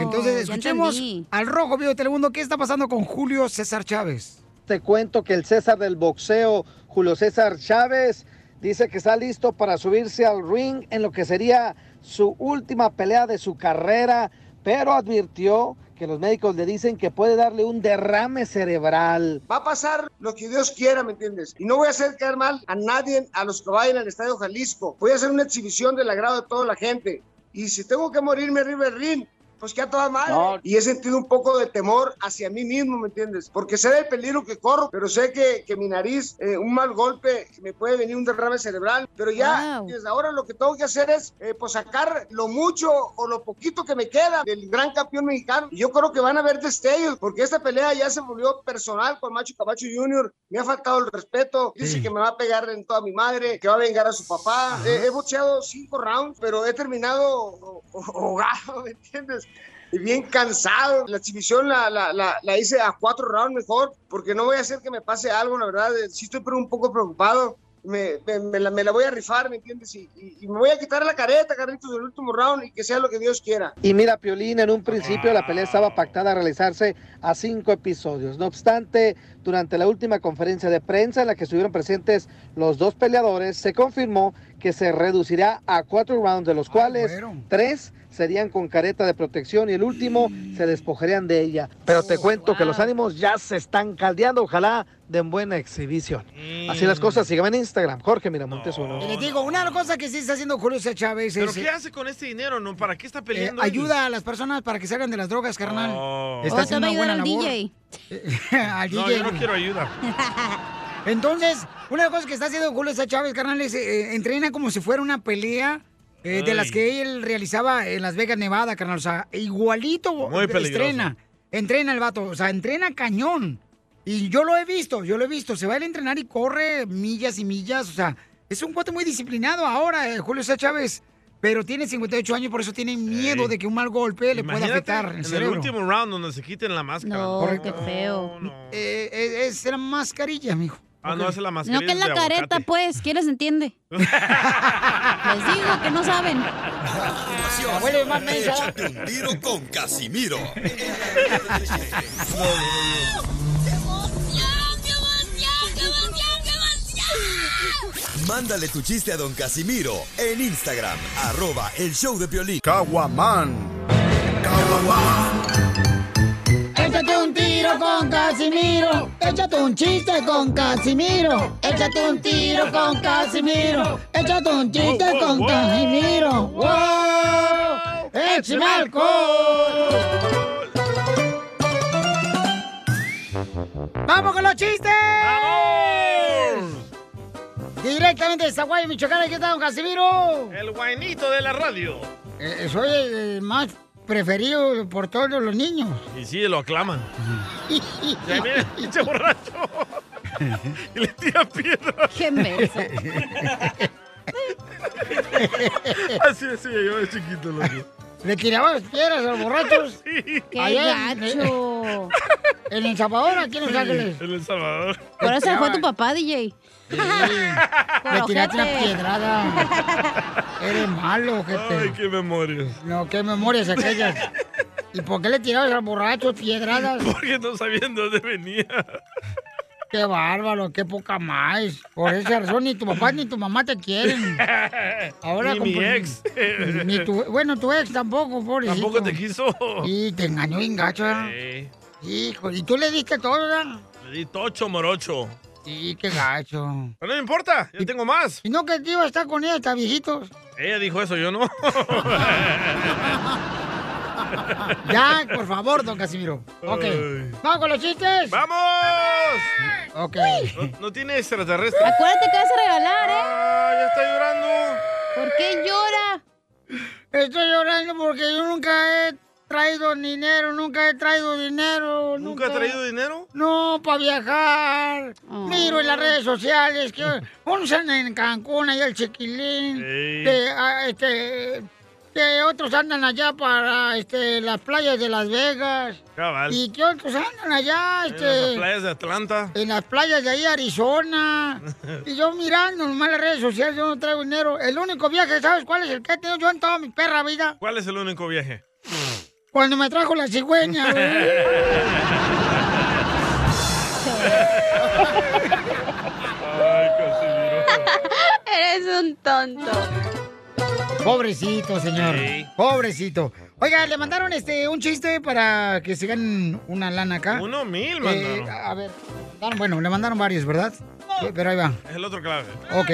Speaker 1: Entonces,
Speaker 2: Oh, ya
Speaker 1: escuchemos
Speaker 2: entendí.
Speaker 1: al Rojo Vivo de Telemundo qué está pasando con Julio César Chávez.
Speaker 6: Te cuento que el César del boxeo, Julio César Chávez, dice que está listo para subirse al ring en lo que sería su última pelea de su carrera, pero advirtió que los médicos le dicen que puede darle un derrame cerebral.
Speaker 20: Va a pasar lo que Dios quiera, ¿me entiendes? Y no voy a hacer quedar mal a nadie, a los que vayan al Estadio Jalisco. Voy a hacer una exhibición del agrado de toda la gente. Y si tengo que morirme arriba del ring, pues que a toda madre.
Speaker 6: No.
Speaker 20: Y he sentido un poco de temor hacia mí mismo, ¿me entiendes? Porque sé del peligro que corro, pero sé que, que mi nariz, eh, un mal golpe, me puede venir un derrame cerebral. Pero ya,
Speaker 21: Wow.
Speaker 20: desde ahora lo que tengo que hacer es, eh, pues sacar lo mucho o lo poquito que me queda del gran campeón mexicano. Y yo creo que van a haber destellos, porque esta pelea ya se volvió personal con Macho Camacho Jr. Me ha faltado el respeto. Dice
Speaker 21: Sí.
Speaker 20: que me va a pegar en toda mi madre, que va a vengar a su papá. Eh, he boxeado cinco rounds, pero he terminado ahogado, ¿me entiendes? Y bien cansado. La exhibición la, la, la, la hice a cuatro rounds mejor, porque no voy a hacer que me pase algo, la verdad. eh, Sí estoy pero un poco preocupado. Me, me- me la, me la voy a rifar, ¿me entiendes? Y, y- y me voy a quitar la careta, Carlitos, del último round y que sea lo que Dios quiera.
Speaker 6: Y mira, Piolín, en un principio la pelea estaba pactada a realizarse a cinco episodios. No obstante, durante la última conferencia de prensa en la que estuvieron presentes los dos peleadores, se confirmó que se reducirá a cuatro rounds, de los cuales tres serían con careta de protección y el último se despojarían de ella. Pero te cuento que los ánimos ya se están caldeando, ojalá den buena exhibición. Así las cosas, síganme en Instagram, Jorge Miramontes uno.
Speaker 1: Y les digo, una cosa que sí está haciendo Julio César Chávez
Speaker 2: ¿Pero
Speaker 1: es
Speaker 2: qué
Speaker 1: eh,
Speaker 2: hace con este dinero? no? ¿Para qué está peleando? él?
Speaker 1: ayuda a las personas para que salgan de las drogas, carnal.
Speaker 2: Oh.
Speaker 1: Está
Speaker 2: O te va
Speaker 1: haciendo
Speaker 2: a
Speaker 1: una
Speaker 2: ayudar
Speaker 1: buena
Speaker 2: al
Speaker 1: labor.
Speaker 2: DJ.
Speaker 1: al
Speaker 2: No,
Speaker 1: DJ.
Speaker 2: yo no quiero ayuda.
Speaker 1: Entonces, una de las cosas que está haciendo Julio César Chávez, carnal, es eh, entrena como si fuera una pelea eh, de
Speaker 2: Ay.
Speaker 1: las que él realizaba en Las Vegas, Nevada, carnal. O sea, igualito
Speaker 2: Muy
Speaker 1: eh,
Speaker 2: peligroso.
Speaker 1: entrena. Entrena el vato, o sea, entrena cañón. Y yo lo he visto, yo lo he visto. Se va a ir a entrenar y corre millas y millas. O sea, es un cuate muy disciplinado ahora, eh, Julio César Chávez. Pero tiene 58 años, por eso tiene miedo de que un mal golpe le pueda
Speaker 2: Imagínate
Speaker 1: afectar el
Speaker 2: en el
Speaker 1: cerebro.
Speaker 2: último round donde se quiten la máscara.
Speaker 1: No, Correcto. qué
Speaker 3: feo.
Speaker 1: Eh, eh, es la mascarilla, mijo.
Speaker 2: Ah, no, esa es la mascarilla.
Speaker 3: No, que es la
Speaker 2: de
Speaker 3: careta,
Speaker 2: aguacate.
Speaker 3: pues. ¿Quién les entiende? les digo que no saben.
Speaker 1: Huele más mensa.
Speaker 5: Échate un tiro con Casimiro. Mándale tu chiste a don Casimiro en Instagram, arroba el show de Piolín. Caguaman.
Speaker 1: Échate un tiro con Casimiro. Échate un chiste con Casimiro. Échate un tiro con Casimiro. Échate un chiste con Casimiro. ¡Wow! ¡Échame alcohol! ¡Vamos con los chistes! Directamente de Zaguayo, Michoacán, aquí está don Casimiro.
Speaker 2: El guainito de la radio.
Speaker 1: Eh, soy el el más preferido por todos los niños.
Speaker 2: Y sí, lo aclaman. Ya mira, pinche borracho. Y le tira piedras.
Speaker 3: Qué menso.
Speaker 2: Así decía yo de chiquito, loco.
Speaker 1: ¿Le tirabas piedras a los borrachos?
Speaker 3: ¡Qué
Speaker 1: en- eh,
Speaker 3: gacho!
Speaker 1: En El Salvador, aquí en Los Ángeles.
Speaker 2: En El Salvador.
Speaker 3: Por eso se fue tu papá, DJ.
Speaker 1: Le tiraste una
Speaker 3: ojete.
Speaker 1: piedrada. Eres malo, gente.
Speaker 2: Ay, qué memorias.
Speaker 1: No, qué memorias aquellas. ¿Y por qué le tirabas al borracho piedradas?
Speaker 2: Porque no sabían de dónde venía.
Speaker 1: Qué bárbaro, qué poca más. Por esa razón ni tu papá ni tu mamá te quieren. Ahora
Speaker 2: Ni mi
Speaker 1: compa-
Speaker 2: ex.
Speaker 1: ni tu- bueno, tu ex tampoco, pobrecito.
Speaker 2: Tampoco te quiso.
Speaker 1: Y te engañó bien gacho, ¿verdad?
Speaker 2: Sí.
Speaker 1: Hijo, y tú le diste todo, ¿verdad?
Speaker 2: Le di tocho morocho.
Speaker 1: Sí, qué gacho.
Speaker 2: Pero no me importa, yo tengo más.
Speaker 1: Y no que te iba a estar con ella, está viejitos.
Speaker 2: Ella dijo eso, yo no.
Speaker 1: Ya, por favor, don Casimiro. Ok.
Speaker 2: Ay.
Speaker 1: ¿Vamos con los chistes?
Speaker 2: ¡Vamos!
Speaker 1: Ok.
Speaker 2: No, no tiene extraterrestre.
Speaker 3: Acuérdate que vas a regalar, ¿eh?
Speaker 2: Ah, ya está llorando.
Speaker 3: ¿Por qué llora?
Speaker 1: Estoy llorando porque yo nunca he traído dinero, nunca he traído dinero.
Speaker 2: ¿Nunca ha traído dinero?
Speaker 1: No, para viajar.
Speaker 3: Oh.
Speaker 1: Miro en las redes sociales que unos andan en Cancún, allá el chiquilín.
Speaker 2: Ey.
Speaker 1: Que, ah, este, que otros andan allá para este, las playas de Las Vegas.
Speaker 2: Cabal.
Speaker 1: Y que otros andan allá,
Speaker 2: En las
Speaker 1: este.
Speaker 2: playas de Atlanta.
Speaker 1: En las playas de ahí, Arizona. Y yo mirando nomás las redes sociales, yo no traigo dinero. El único viaje, ¿sabes cuál es el que he tenido yo en toda mi perra vida?
Speaker 2: ¿Cuál es el único viaje?
Speaker 1: Cuando me trajo la cigüeña. güey. Eh,
Speaker 3: Eres un tonto.
Speaker 1: Pobrecito, señor.
Speaker 2: Ey.
Speaker 1: Pobrecito. Oiga, le mandaron este un chiste para que se ganen una lana acá.
Speaker 2: Uno mil,
Speaker 1: Eh,
Speaker 2: mandaron.
Speaker 1: a ver. mandaron- Bueno, le mandaron varios, ¿verdad? Eh, Pero ahí va.
Speaker 2: Es el otro clave.
Speaker 1: Ok.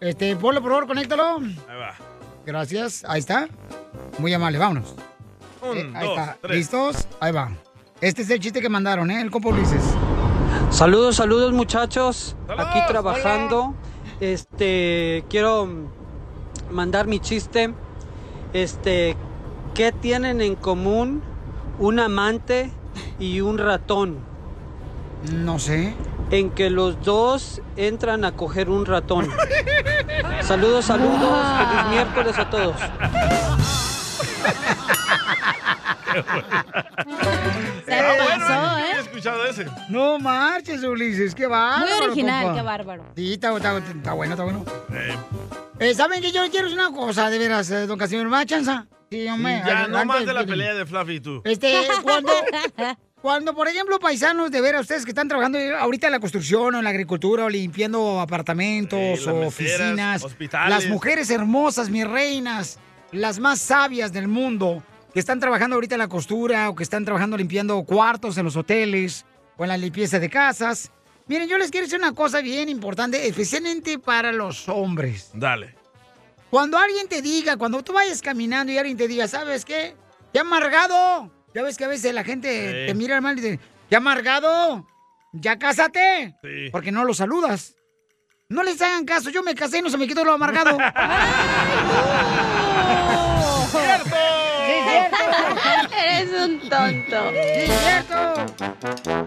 Speaker 1: Este, ponlo, por favor, conéctalo.
Speaker 2: Ahí va.
Speaker 1: Gracias. Ahí está. Muy amable, vámonos.
Speaker 2: Un,
Speaker 1: Eh, ahí
Speaker 2: dos,
Speaker 1: está.
Speaker 2: tres.
Speaker 1: ¿Listos? Ahí va. Este es el chiste que mandaron, ¿eh? El compo Ulises.
Speaker 4: Saludos, saludos muchachos. Aquí trabajando. Este, quiero mandar mi chiste. Este, ¿qué tienen en común un amante y un ratón?
Speaker 1: No sé.
Speaker 4: En que los dos entran a coger un ratón. Saludos, saludos. Feliz miércoles a todos.
Speaker 1: Se
Speaker 2: bueno, ¿eh? he escuchado ese.
Speaker 1: No marches, Ulises, qué bárbaro.
Speaker 3: Muy original,
Speaker 1: compa.
Speaker 3: qué bárbaro.
Speaker 1: Sí, está, está- está bueno, está bueno. Eh, ¿Saben que yo quiero decir una cosa, de veras, eh, don Casimiro? ¿Me da chance? Sí, hombre.
Speaker 2: ya, no
Speaker 1: adelante,
Speaker 2: más de la
Speaker 1: Piolín.
Speaker 2: pelea de Fluffy y tú.
Speaker 1: Este, cuando, cuando, por ejemplo, paisanos, de veras, ustedes que están trabajando ahorita en la construcción o en la agricultura o limpiando apartamentos
Speaker 2: Sí, las
Speaker 1: o
Speaker 2: meseras,
Speaker 1: oficinas,
Speaker 2: hospitales.
Speaker 1: las mujeres hermosas, mis reinas, las más sabias del mundo, que están trabajando ahorita en la costura o que están trabajando limpiando cuartos en los hoteles o en la limpieza de casas. Miren, yo les quiero decir una cosa bien importante, especialmente para los hombres.
Speaker 2: Dale.
Speaker 1: Cuando alguien te diga, cuando tú vayas caminando y alguien te diga, ¿sabes qué? ¡Qué amargado! Ya ves que a veces la gente
Speaker 2: Sí.
Speaker 1: te mira mal y dice, ¡qué amargado! ¡Ya cásate!
Speaker 2: Sí.
Speaker 1: Porque no lo saludas. No les hagan caso, yo me casé y no se me quitó lo amargado.
Speaker 2: ¡Cierto!
Speaker 1: ¡Sí, cierto!
Speaker 3: Eres un tonto.
Speaker 1: ¡Sí, cierto!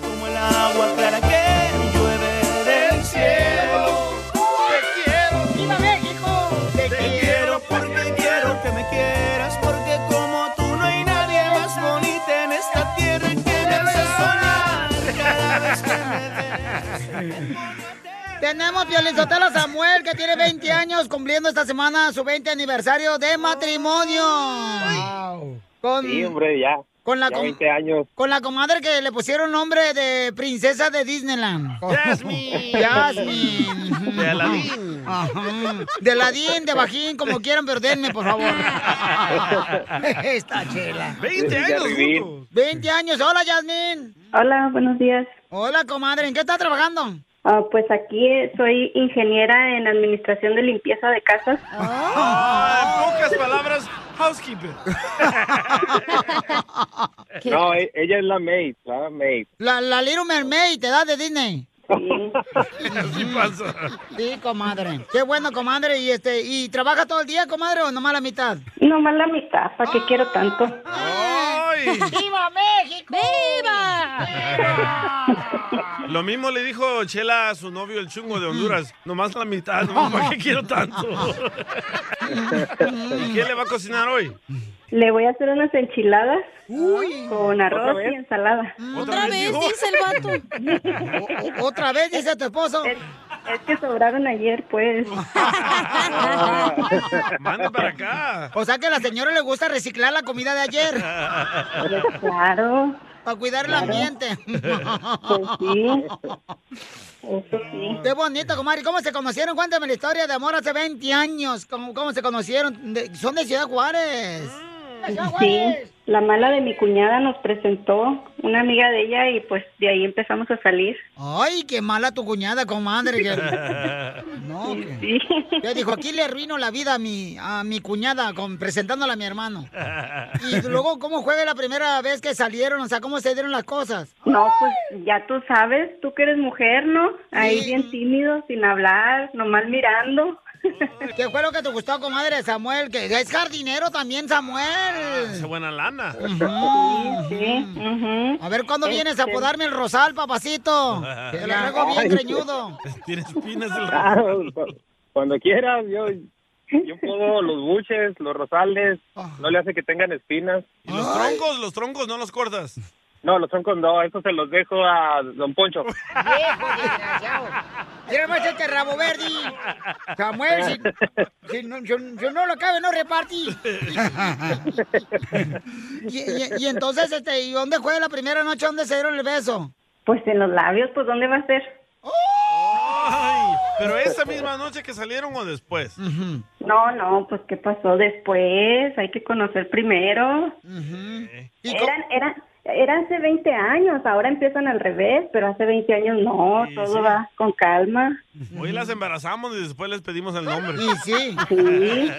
Speaker 13: Como el agua clara que llueve del cielo. Te quiero. ¡Viva México! Te, quiero porque quiero que me quieras. Porque como tú no hay nadie más bonita en esta tierra que me hace soñar cada vez que
Speaker 1: Tenemos Violinzotelo Samuel, que tiene 20 años, cumpliendo esta semana su 20 aniversario de matrimonio. Con,
Speaker 18: Sí, hombre, ya.
Speaker 1: Con la
Speaker 18: Ya
Speaker 1: com-
Speaker 18: 20 años.
Speaker 1: Con la comadre que le pusieron nombre de princesa de Disneyland.
Speaker 2: Jasmine.
Speaker 1: Jasmine.
Speaker 2: De Aladín.
Speaker 1: Ajá. De Aladín, de Bajín, como quieran, pero denme, por favor. Esta chela.
Speaker 2: 20 años juntos.
Speaker 1: 20 años. Hola, Jasmine.
Speaker 21: Hola, buenos días.
Speaker 1: Hola, comadre. ¿En qué está trabajando?
Speaker 21: Ah, pues aquí eh, soy ingeniera en administración de limpieza de casas.
Speaker 1: Oh.
Speaker 2: Ah, en pocas palabras, housekeeper.
Speaker 18: No, e- ella es la maid, la maid.
Speaker 1: La, la Little Mermaid, te da de Disney.
Speaker 2: Así pasa.
Speaker 1: Sí, comadre. Qué bueno, comadre. ¿Y este y trabaja todo el día, comadre, o nomás la mitad?
Speaker 21: Nomás la mitad, ¿para qué quiero tanto?
Speaker 1: ¡Viva México!
Speaker 2: ¡Viva! Lo mismo le dijo Chela a su novio, el chungo de Honduras. Nomás la mitad, nomás ¿para qué quiero tanto? ¿Y qué le va a cocinar hoy?
Speaker 21: Le voy a hacer unas enchiladas con
Speaker 2: ¿Otra
Speaker 21: arroz
Speaker 2: vez?
Speaker 21: y ensalada.
Speaker 2: ¿Otra vez dijo?
Speaker 1: ¿Otra vez dice tu esposo?
Speaker 21: Es que sobraron ayer, pues.
Speaker 2: Manda para acá.
Speaker 1: O sea que a la señora le gusta reciclar la comida de ayer.
Speaker 21: Claro.
Speaker 1: Para cuidar el ambiente.
Speaker 7: Pues
Speaker 1: Qué bonito, comadre. ¿Cómo se conocieron? Cuéntame la historia de amor hace 20 años. ¿Cómo, cómo se conocieron? De- son de Ciudad Juárez.
Speaker 7: Mm,
Speaker 1: Ah,
Speaker 7: Sí, la mala de mi cuñada nos presentó una amiga de ella y pues de ahí empezamos a salir.
Speaker 1: Ay, qué mala tu cuñada, comadre. que- No, que... Yo dijo, aquí le arruino la vida a mi, a mi cuñada con, presentándola a mi hermano. Y luego, ¿cómo fue la primera vez que salieron? O sea, ¿cómo se dieron las cosas?
Speaker 7: No, pues ya tú sabes, tú que eres mujer, ¿no? Ahí
Speaker 1: Sí.
Speaker 7: bien tímido, sin hablar, nomás mirando.
Speaker 1: ¿Qué fue lo que te gustó, comadre de Samuel? Que es jardinero también, Samuel.
Speaker 2: Qué Ah, buena lana.
Speaker 1: A ver, ¿cuándo vienes a
Speaker 2: Este-
Speaker 1: podarme el rosal, papacito? Te lo traigo bien
Speaker 11: Ay.
Speaker 1: greñudo.
Speaker 2: Tiene espinas el
Speaker 11: Claro, cu- cuando quieras, yo, yo puedo los buches, los rosales, no le hace que tengan espinas.
Speaker 2: ¿Y los troncos? ¿Los troncos no los cortas?
Speaker 11: No, los troncos no, eso se los dejo a Don Poncho.
Speaker 1: Viejo desgraciado. Mira más este rabo verde. Samuel, si, si no, yo, yo no lo cabe, no repartí. y, y- y entonces, este, ¿y dónde fue la primera noche? ¿Dónde se dieron el beso?
Speaker 7: Pues en los labios, pues ¿dónde va a ser?
Speaker 2: Ay, pero esa misma noche que salieron o después.
Speaker 7: No, no, pues ¿qué pasó después? Hay que conocer primero. Eran, eran, eran hace 20 años, ahora empiezan al revés, pero hace 20 años no,
Speaker 2: Sí,
Speaker 7: todo
Speaker 2: sí.
Speaker 7: va con calma.
Speaker 2: Hoy las embarazamos y después les pedimos el nombre.
Speaker 1: Y sí.
Speaker 7: Sí.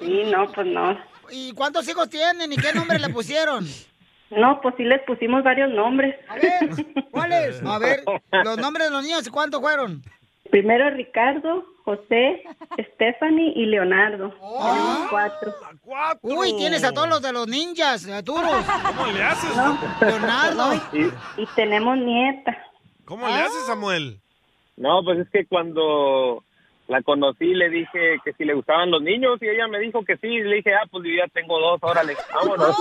Speaker 7: Sí, no, pues no.
Speaker 1: ¿Y cuántos hijos tienen y qué nombre le pusieron?
Speaker 7: No, pues sí les pusimos varios nombres.
Speaker 1: A ver, ¿cuáles? A ver, los nombres de los niños, ¿cuántos fueron?
Speaker 7: Primero Ricardo, José, Stephanie y Leonardo. Tenemos cuatro.
Speaker 1: Uy, tienes a todos los de los ninjas, eh, duros.
Speaker 2: ¿Cómo le haces?
Speaker 1: Leonardo.
Speaker 7: Y, y tenemos nieta.
Speaker 2: ¿Cómo
Speaker 1: Ah.
Speaker 2: le haces, Samuel?
Speaker 11: No, pues es que cuando la conocí le dije que si le gustaban los niños y ella me dijo que sí, y le dije, ah, pues yo ya tengo dos, órale, vámonos.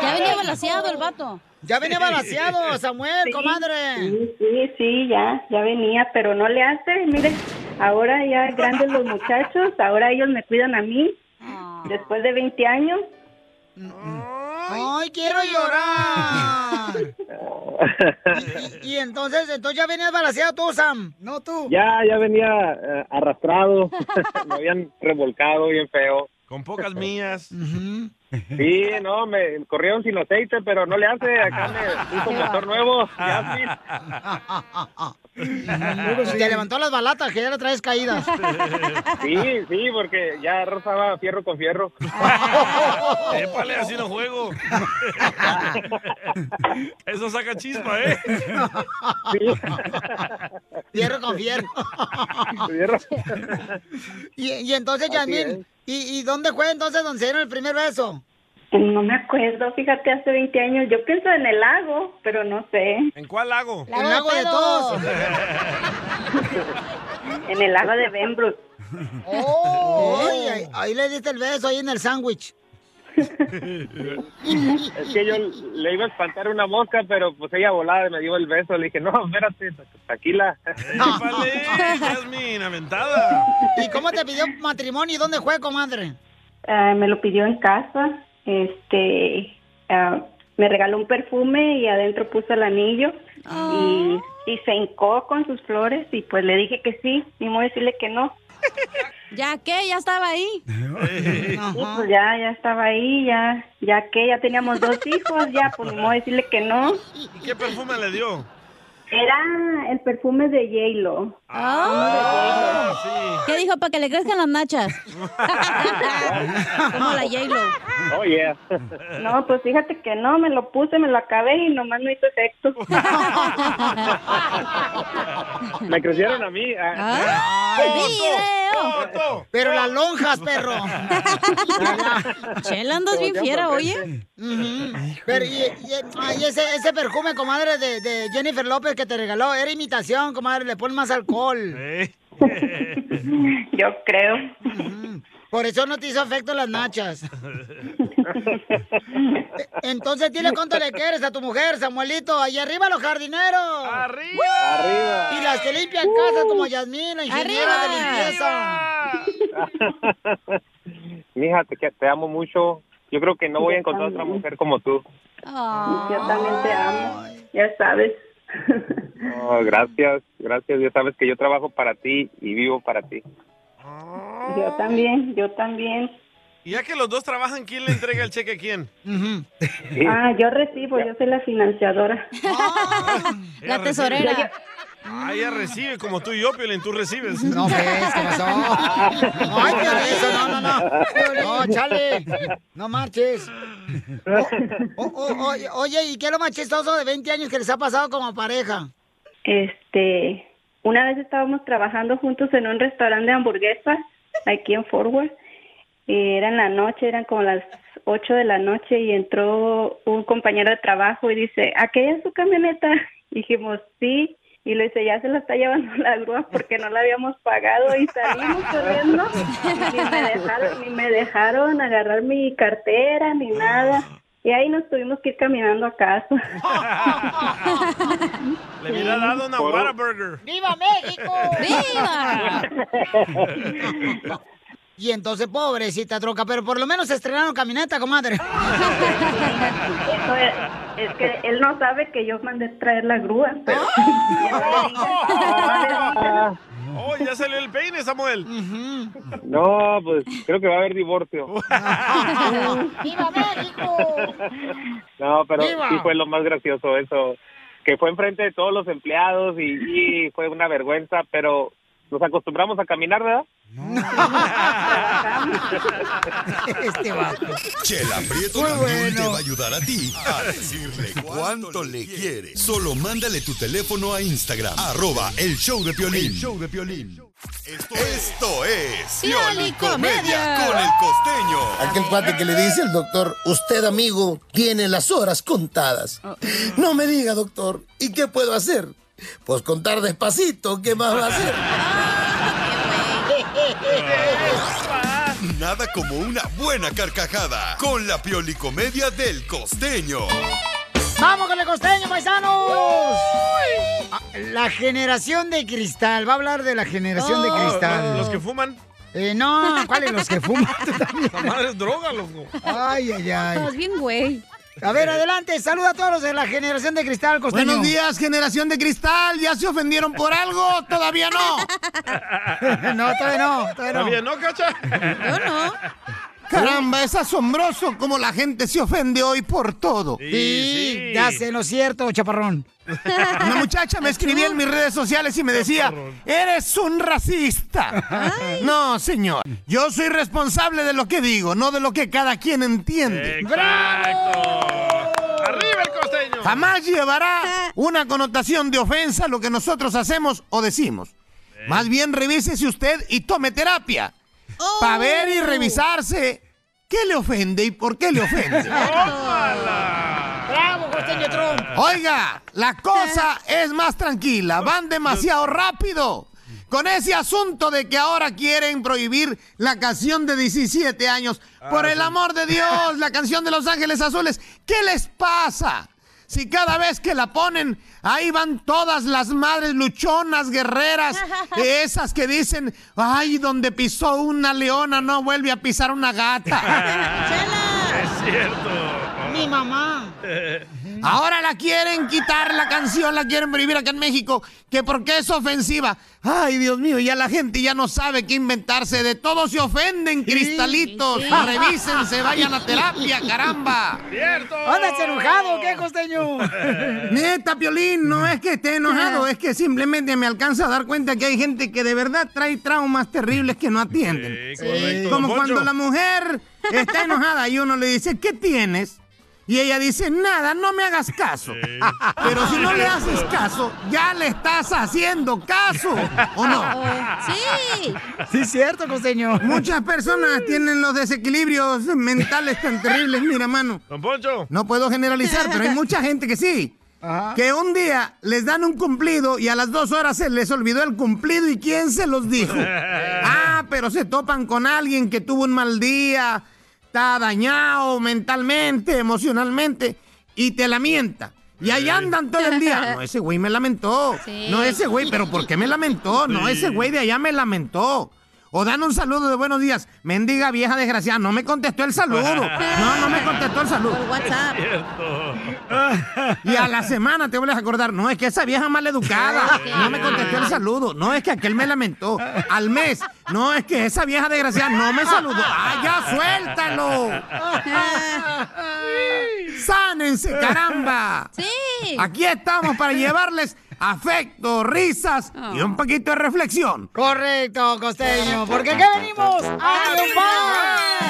Speaker 13: Ya venía
Speaker 1: Ah,
Speaker 13: balanceado el vato.
Speaker 1: Ya venía balanceado, Samuel, comadre.
Speaker 7: Sí, sí, sí, ya, ya venía, pero no le hace. Mire, ahora ya grandes los muchachos, ahora ellos me cuidan a mí. Después de 20 años.
Speaker 1: Ay, quiero llorar. Y, y entonces, entonces ya venías balanceado tú, Sam, no tú.
Speaker 11: Ya, ya venía eh, arrastrado, me habían revolcado bien feo.
Speaker 2: Con pocas mías.
Speaker 11: Sí, no, me corrieron sin aceite, pero no le hace, acá me puso un motor nuevo, ya sí.
Speaker 1: Ah, Y Te levantó las balatas que ya le traes caídas.
Speaker 11: Sí, sí, porque ya rozaba fierro con fierro.
Speaker 2: Épale, así no juego. Eso saca chispa, ¿eh?
Speaker 1: Fierro con fierro. Y, y entonces,
Speaker 7: Así es.
Speaker 1: Yasmín, ¿y, ¿y dónde fue entonces donde se dieron el primer beso?
Speaker 7: No me acuerdo, fíjate, hace 20 años. Yo pienso en el lago, pero no sé.
Speaker 2: ¿En cuál lago?
Speaker 7: Lago El lago de de todos. En el lago de Benbrook.
Speaker 1: Oh, Ay, ahí, ahí le diste el beso, ahí en el sándwich.
Speaker 11: Es que yo le iba a espantar una mosca, pero pues ella volaba y me dio el beso. Le dije, no, espérate, tranquila.
Speaker 2: Épale, Jasmine, aventada.
Speaker 1: ¿Y cómo te pidió matrimonio y dónde fue, comadre?
Speaker 7: Ah, me lo pidió en casa. Este, ah, me regaló un perfume y adentro puso el anillo
Speaker 13: Ah.
Speaker 7: y, y se hincó con sus flores y pues le dije que sí, ni modo de decirle que no.
Speaker 13: ¿Ya qué? ¿Ya estaba ahí?
Speaker 7: Y pues ya, ya estaba ahí, ya, ya que ya teníamos dos hijos, ya pues ni modo de decirle que no.
Speaker 2: ¿Y qué perfume le dio?
Speaker 7: Era el perfume de J-Lo.
Speaker 13: Ah. ¿Qué dijo? Para que le crezcan las nachas. Como la J-Lo.
Speaker 11: Oh, yeah.
Speaker 7: No, pues fíjate que no, me lo puse, me lo acabé y nomás no hizo efecto.
Speaker 11: Me crecieron a mí. ah.
Speaker 1: Pero las lonjas, perro.
Speaker 13: Chela, andas bien fiera, oye.
Speaker 1: Ujú. Pero, y, y- ay, ese, ese perfume, comadre, de, de Jennifer López que te regaló, era imitación, comadre, le pon más alcohol.
Speaker 7: Yo creo.
Speaker 1: Por eso no te hizo efecto las nachas. Entonces, dile cuánto le quieres a tu mujer, Samuelito. Allá arriba los jardineros. ¡Arriba!
Speaker 11: Arriba.
Speaker 1: Y las que limpian casa como Yasmín, la ingeniera de
Speaker 11: Arriba.
Speaker 1: limpieza.
Speaker 11: Mija, te, te amo mucho. Yo creo que no voy a encontrar otra mujer como tú.
Speaker 7: Yo también te amo, ya sabes.
Speaker 11: No, gracias, gracias. Ya sabes que yo trabajo para ti y vivo para ti.
Speaker 7: Yo también, yo también.
Speaker 2: Y ya que los dos trabajan, ¿quién le entrega el cheque a quién?
Speaker 7: Ah, yo recibo, yo soy la financiadora.
Speaker 2: Ella recibe. Ah, ella recibe, como tú y yo, Piolín, tú recibes.
Speaker 1: No, ves, ¿qué pasó? Ay, qué eso, no, no, no. No, chale. No marches. O- o- oye, oye, ¿y qué es lo más chistoso de 20 años que les ha pasado como pareja?
Speaker 7: Este, una vez estábamos trabajando juntos en un restaurante de hamburguesas aquí en Forward. Era en la noche, eran como las 8 de la noche y entró un compañero de trabajo y dice, ¿aquella es su camioneta? Y dijimos, sí. Y le dice, ya se la está llevando la grúa porque no la habíamos pagado y salimos corriendo. Ni me dejaron, ni me dejaron agarrar mi cartera ni nada. Y ahí nos tuvimos que ir caminando a casa.
Speaker 2: Le hubiera dado una
Speaker 11: Por-
Speaker 2: Whataburger.
Speaker 1: ¡Viva México! ¡Viva! Y entonces, pobrecita troca, pero por lo menos estrenaron camioneta, comadre.
Speaker 7: Eso es, es que él no sabe que yo mandé traer la grúa. pero-
Speaker 2: Oh, ya salió el peine, Samuel.
Speaker 11: No, pues creo que va a haber divorcio.
Speaker 1: ¡Viva México!
Speaker 11: No, pero
Speaker 1: ¡Viva!
Speaker 11: sí fue lo más gracioso eso, que fue enfrente de todos los empleados y, y fue una vergüenza, pero nos acostumbramos a caminar, ¿verdad?
Speaker 1: Este vato.
Speaker 5: Chela Prieto
Speaker 1: Muy
Speaker 5: también
Speaker 1: bueno.
Speaker 5: te va a ayudar a ti a decirle cuánto le quiere. Solo mándale tu teléfono a Instagram, arroba el show de Piolín.
Speaker 13: El
Speaker 5: show de Esto, esto es
Speaker 13: Pioli
Speaker 5: Comedia
Speaker 13: Comedia.
Speaker 5: con el costeño.
Speaker 22: Aquel cuate que le dice el doctor, usted amigo tiene las horas contadas. No me diga, doctor, ¿y qué puedo hacer? Pues contar despacito, ¿qué más va a hacer?
Speaker 5: Nada como una buena carcajada con la Pioli Comedia del costeño.
Speaker 1: ¡Vamos con el costeño, paisanos! Ah, La generación de cristal. Va a hablar de la generación de cristal.
Speaker 2: Oh. Los que fuman.
Speaker 1: Eh, no, ¿cuáles los que fuman? Tú también.
Speaker 2: La madre es droga, loco.
Speaker 1: Ay, ay, ay.
Speaker 23: Estás bien, güey.
Speaker 1: A ver, adelante. Saluda a todos los de la generación de cristal, costeño.
Speaker 10: Buenos días, generación de cristal. ¿Ya se ofendieron por algo? Todavía no.
Speaker 1: no, todavía no. Todavía no.
Speaker 2: ¿Todavía no, cacha?
Speaker 10: Yo no. Caramba, es asombroso cómo la gente se ofende hoy por todo.
Speaker 1: Sí, ya sé, no es cierto, chaparrón.
Speaker 10: Una muchacha me escribía en mis redes sociales y me decía, eres un racista. No, señor. Yo soy responsable de lo que digo, no de lo que cada quien entiende.
Speaker 2: ¡Arriba el costeño!
Speaker 10: Jamás llevará una connotación de ofensa lo que nosotros hacemos o decimos. Más bien revísese usted y tome terapia. Para ver y revisarse qué le ofende y por qué le ofende.
Speaker 1: ¡Bravo, costeño Trump!
Speaker 10: Oiga, la cosa es más tranquila, van demasiado rápido. Con ese asunto de que ahora quieren prohibir la canción de 17 años.
Speaker 1: Ah,
Speaker 10: Por el amor de Dios, la canción de Los Ángeles Azules. ¿Qué les pasa? Si cada vez que la ponen, ahí van todas las madres luchonas, guerreras, esas que dicen, ay, donde pisó una leona no vuelve a pisar una gata.
Speaker 2: Es cierto.
Speaker 1: Mi mamá.
Speaker 10: Ahora la quieren quitar la canción, la quieren prohibir acá en México, que porque es ofensiva. Ay, Dios mío, ya la gente ya no sabe qué inventarse. De todo se ofenden, cristalitos.
Speaker 1: sí.
Speaker 10: Revísense, vayan a terapia, caramba.
Speaker 2: ¡Cierto!
Speaker 1: ¿Andas enojado o qué, costeño?
Speaker 10: Neta, Piolín, no es que esté enojado, es que simplemente me alcanza a dar cuenta que hay gente que de verdad trae traumas terribles que no atienden.
Speaker 11: Sí, correcto, don
Speaker 10: Como
Speaker 11: Poncho.
Speaker 10: cuando la mujer está enojada y uno le dice, ¿qué tienes? Y ella dice, nada, no me hagas caso. Pero si no le haces caso, ya le estás haciendo caso, ¿o no? Sí.
Speaker 1: Ah, oh. Sí, es cierto, costeño.
Speaker 10: Muchas personas tienen los desequilibrios mentales tan terribles, mira, mano.
Speaker 2: Don Poncho.
Speaker 10: No puedo generalizar, pero hay mucha gente que sí. Que un día les dan un cumplido y a las dos horas se les olvidó el cumplido y quién se los dijo. Ah, pero se topan con alguien que tuvo un mal día, está dañado mentalmente, emocionalmente y te lamenta. Y ahí andan todo el día. No, ese güey me lamentó. No, ese güey, pero ¿por qué me lamentó? No, ese güey de allá me lamentó. O dan un saludo de buenos días. Mendiga vieja desgraciada, no me contestó el saludo. No, no me contestó doctor salud.
Speaker 11: Por WhatsApp.
Speaker 10: Y a la semana te vuelves a acordar, no, es que esa vieja mal educada, no me contestó el saludo, no, es que aquel me lamentó. Al mes, no, es que esa vieja desgraciada no me saludó. ¡Ah, ya suéltalo!
Speaker 1: Ah,
Speaker 10: ¡Sánense, caramba!
Speaker 11: Sí.
Speaker 10: Aquí estamos para llevarles afecto, risas y un poquito de reflexión.
Speaker 1: Correcto, costeño. Porque aquí venimos
Speaker 10: Ah,
Speaker 1: a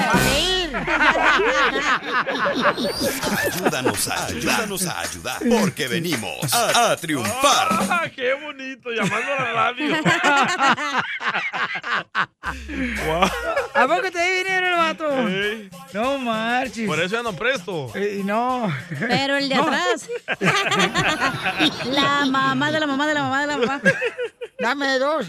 Speaker 1: triunfar. A reír.
Speaker 5: Ayúdanos a ayudar, ayúdanos a ayudar, porque venimos a, a triunfar.
Speaker 2: Ah, ¡Qué bonito! Llamando a la radio.
Speaker 1: ¿A poco te di dinero el vato? No marches.
Speaker 2: Por eso ya no presto.
Speaker 1: no.
Speaker 3: Pero el de atrás. la mamá de la mamá de la mamá de la mamá.
Speaker 1: Dame dos.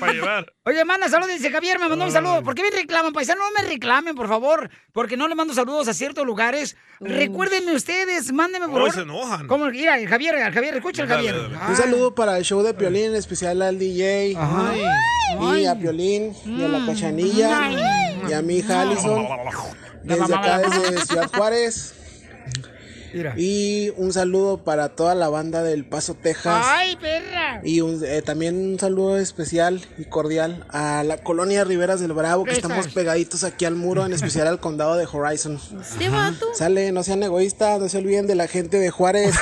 Speaker 2: Para llevar.
Speaker 1: Oye, manda saludos. Dice Javier, me mandó un saludo. ¿Por qué me reclaman, paisano? No me reclamen, por favor, porque no le mando saludos a ciertos lugares.
Speaker 3: Mm.
Speaker 1: Recuérdenme ustedes, mándenme por
Speaker 2: Oh,
Speaker 1: favor.
Speaker 2: se enojan.
Speaker 1: ¿Cómo? Mira, el Javier, el Javier, escucha el
Speaker 2: Dale,
Speaker 1: Javier.
Speaker 2: dale.
Speaker 1: Ah.
Speaker 12: Un saludo para el show de Piolín, en especial al DJ.
Speaker 1: Ay.
Speaker 12: Y a Piolín, y a la Cachanilla,
Speaker 1: Ay.
Speaker 12: y a mi hija Allison, desde acá, desde Ciudad Juárez. Y un saludo para toda la banda del Paso, Texas.
Speaker 1: Ay, perra.
Speaker 12: Y un- eh, también un saludo especial y cordial a la colonia Riveras del Bravo, que
Speaker 1: Esas.
Speaker 12: estamos pegaditos aquí al muro, en especial al condado de Horizon.
Speaker 1: Ajá.
Speaker 12: Sale, no sean egoístas, no se olviden de la gente de Juárez.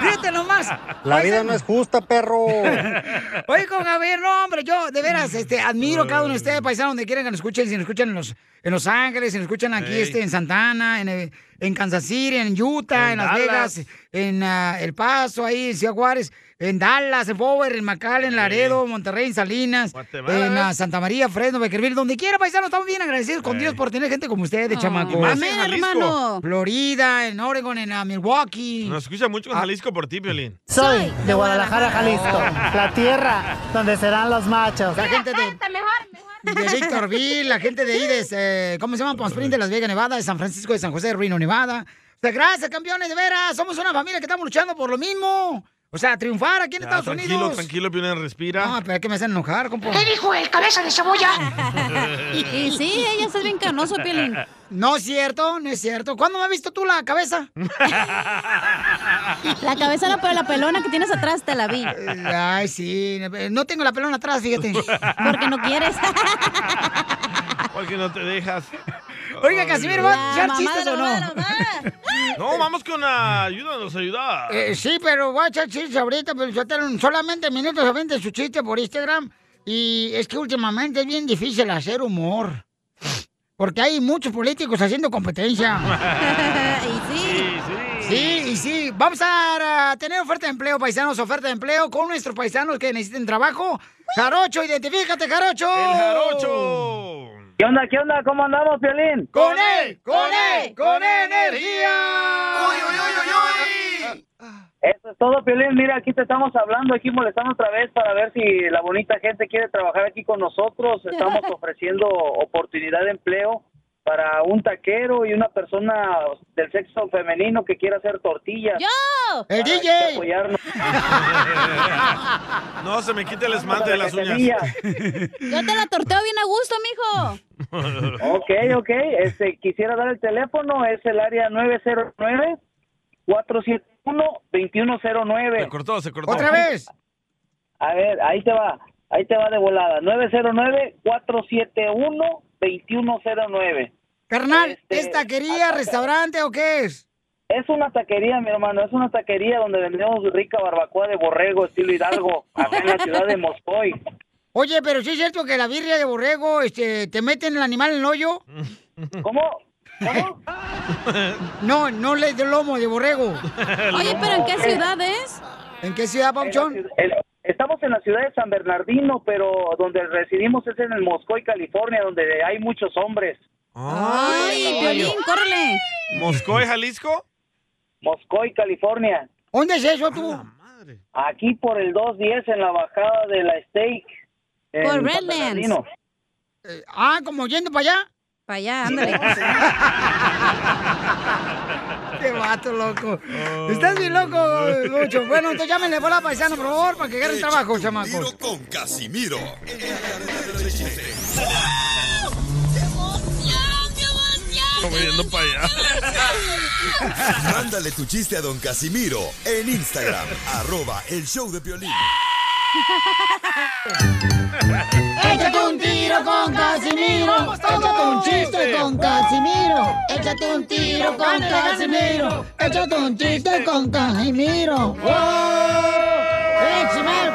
Speaker 1: Fíjate nomás.
Speaker 12: La vida no es justa, perro.
Speaker 1: Oye, con Javier, no, hombre, yo de veras este, admiro a cada uno de ustedes, paisanos, donde quieran que nos escuchen, si nos escuchan en Los, en los Ángeles, si nos escuchan aquí
Speaker 2: Ey.
Speaker 1: este, en Santana, en, eh, en Kansas City, en Utah, en, Las
Speaker 2: Dallas.
Speaker 1: Vegas, en ah, El Paso, ahí en Ciudad Juárez, en Dallas, en Bower, en McAllen, Laredo, Monterrey, en Salinas,
Speaker 2: Guatemala.
Speaker 1: en ah, Santa María, Fresno, Beckerville, donde quiera, paisanos, estamos bien agradecidos con Dios por tener gente como ustedes, chamacos.
Speaker 2: Y más en Amén, Jalisco. hermano.
Speaker 1: Florida, en Oregon, en ah, Milwaukee. Ah.
Speaker 2: Nos escucha mucho en Jalisco por ti, Piolín.
Speaker 14: Soy de Guadalajara, Jalisco, la tierra donde serán los machos.
Speaker 1: La gente de, de Victorville, la gente de ahí de, eh, ¿cómo se llama? Palm Springs de Las Vegas, Nevada, de San Francisco, de San José, de Reno, Nevada. O sea, gracias, campeones, de veras. Somos una familia que estamos luchando por lo mismo. O sea, triunfar aquí en
Speaker 2: Ya,
Speaker 1: Estados
Speaker 2: tranquilo,
Speaker 1: Unidos.
Speaker 2: tranquilo, Piolín, respira.
Speaker 1: No, pero es que me hacen enojar, compa.
Speaker 2: ¿Qué
Speaker 1: dijo el cabeza de cebolla?
Speaker 3: Y sí, ella está bien canoso, Piolín.
Speaker 1: No es cierto, no es cierto. ¿Cuándo me has visto tú la cabeza?
Speaker 3: La cabeza no, pero la pelona que tienes atrás te la vi.
Speaker 1: Ay, sí. No tengo la pelona atrás, fíjate.
Speaker 3: Porque no quieres.
Speaker 2: Porque no te dejas.
Speaker 1: Oiga, Casimiro, ¿va a
Speaker 2: Ay,
Speaker 1: echar
Speaker 2: Dios.
Speaker 1: chistes o no?
Speaker 2: No, vamos con la ayuda, nos ayuda.
Speaker 1: Eh, sí, pero voy a echar chistes ahorita, pero yo tengo solamente minutos solamente su chiste por Instagram. Y es que últimamente es bien difícil hacer humor. Porque hay muchos políticos haciendo competencia.
Speaker 3: y sí.
Speaker 1: Sí, y sí. Vamos a, dar, a tener oferta de empleo, paisanos, oferta de empleo con nuestros paisanos que necesiten trabajo. Jarocho, identifícate, Jarocho. El Jarocho.
Speaker 24: ¿Qué onda? ¿Qué onda? ¿Cómo andamos, Piolín?
Speaker 1: Con él, con él, con energía.
Speaker 24: Eso es todo, Piolín. Mira, aquí te estamos hablando, aquí molestando otra vez para ver si la bonita gente quiere trabajar aquí con nosotros. Estamos ofreciendo oportunidad de empleo para un taquero y una persona del sexo femenino que quiera hacer tortillas.
Speaker 3: ¡Yo!
Speaker 24: ¡El DJ! Apoyarnos.
Speaker 2: No, se me quita el esmalte de las uñas.
Speaker 3: Yo te la torteo bien a gusto, mijo.
Speaker 24: Ok, ok. Este, quisiera dar el teléfono, es el área 909 471 2109. Se
Speaker 2: cortó, se cortó.
Speaker 1: Otra vez.
Speaker 24: A ver, ahí te va. Ahí te va de volada. 909 471 2109.
Speaker 1: Carnal,
Speaker 24: Este,
Speaker 1: ¿es taquería, restaurante o qué es?
Speaker 24: Es una taquería, mi hermano, es una taquería donde vendemos rica barbacoa de borrego estilo Hidalgo, acá en la ciudad de Moscoy.
Speaker 1: Oye, pero sí es cierto que la birria de borrego, este, te meten el animal en el hoyo.
Speaker 24: ¿Cómo?
Speaker 1: no, no le de lomo de borrego.
Speaker 24: Oye, pero ¿en qué ciudad
Speaker 3: es?
Speaker 1: ¿En qué ciudad, Pauchón?
Speaker 24: El- estamos en la ciudad de San Bernardino, pero donde residimos es en el Moscoy, California, donde hay muchos hombres.
Speaker 3: ¡Ay, Piolín, córrele!
Speaker 2: ¿Moscoy, Jalisco?
Speaker 24: Moscoy, California.
Speaker 1: ¿Dónde es eso tú?
Speaker 24: Aquí por el 210 en la bajada de la Steak. en
Speaker 1: Por
Speaker 24: San
Speaker 1: Redlands.
Speaker 24: Bernardino.
Speaker 1: Ah, como yendo para allá.
Speaker 3: Para allá, ándale.
Speaker 1: Qué vato, loco. Estás bien loco, Lucho. Bueno, entonces llámenle por la paisano, por favor, para que agarren trabajo, chamacos.
Speaker 5: Con Casimiro.
Speaker 2: viniendo para allá.
Speaker 5: Mándale tu chiste a don Casimiro en Instagram, arroba el show de Piolín.
Speaker 1: Échate un tiro con Casimiro. Échate un chiste con Casimiro. Échate un tiro con Casimiro. Échate un chiste con Casimiro. ¡Wow! ¡Échame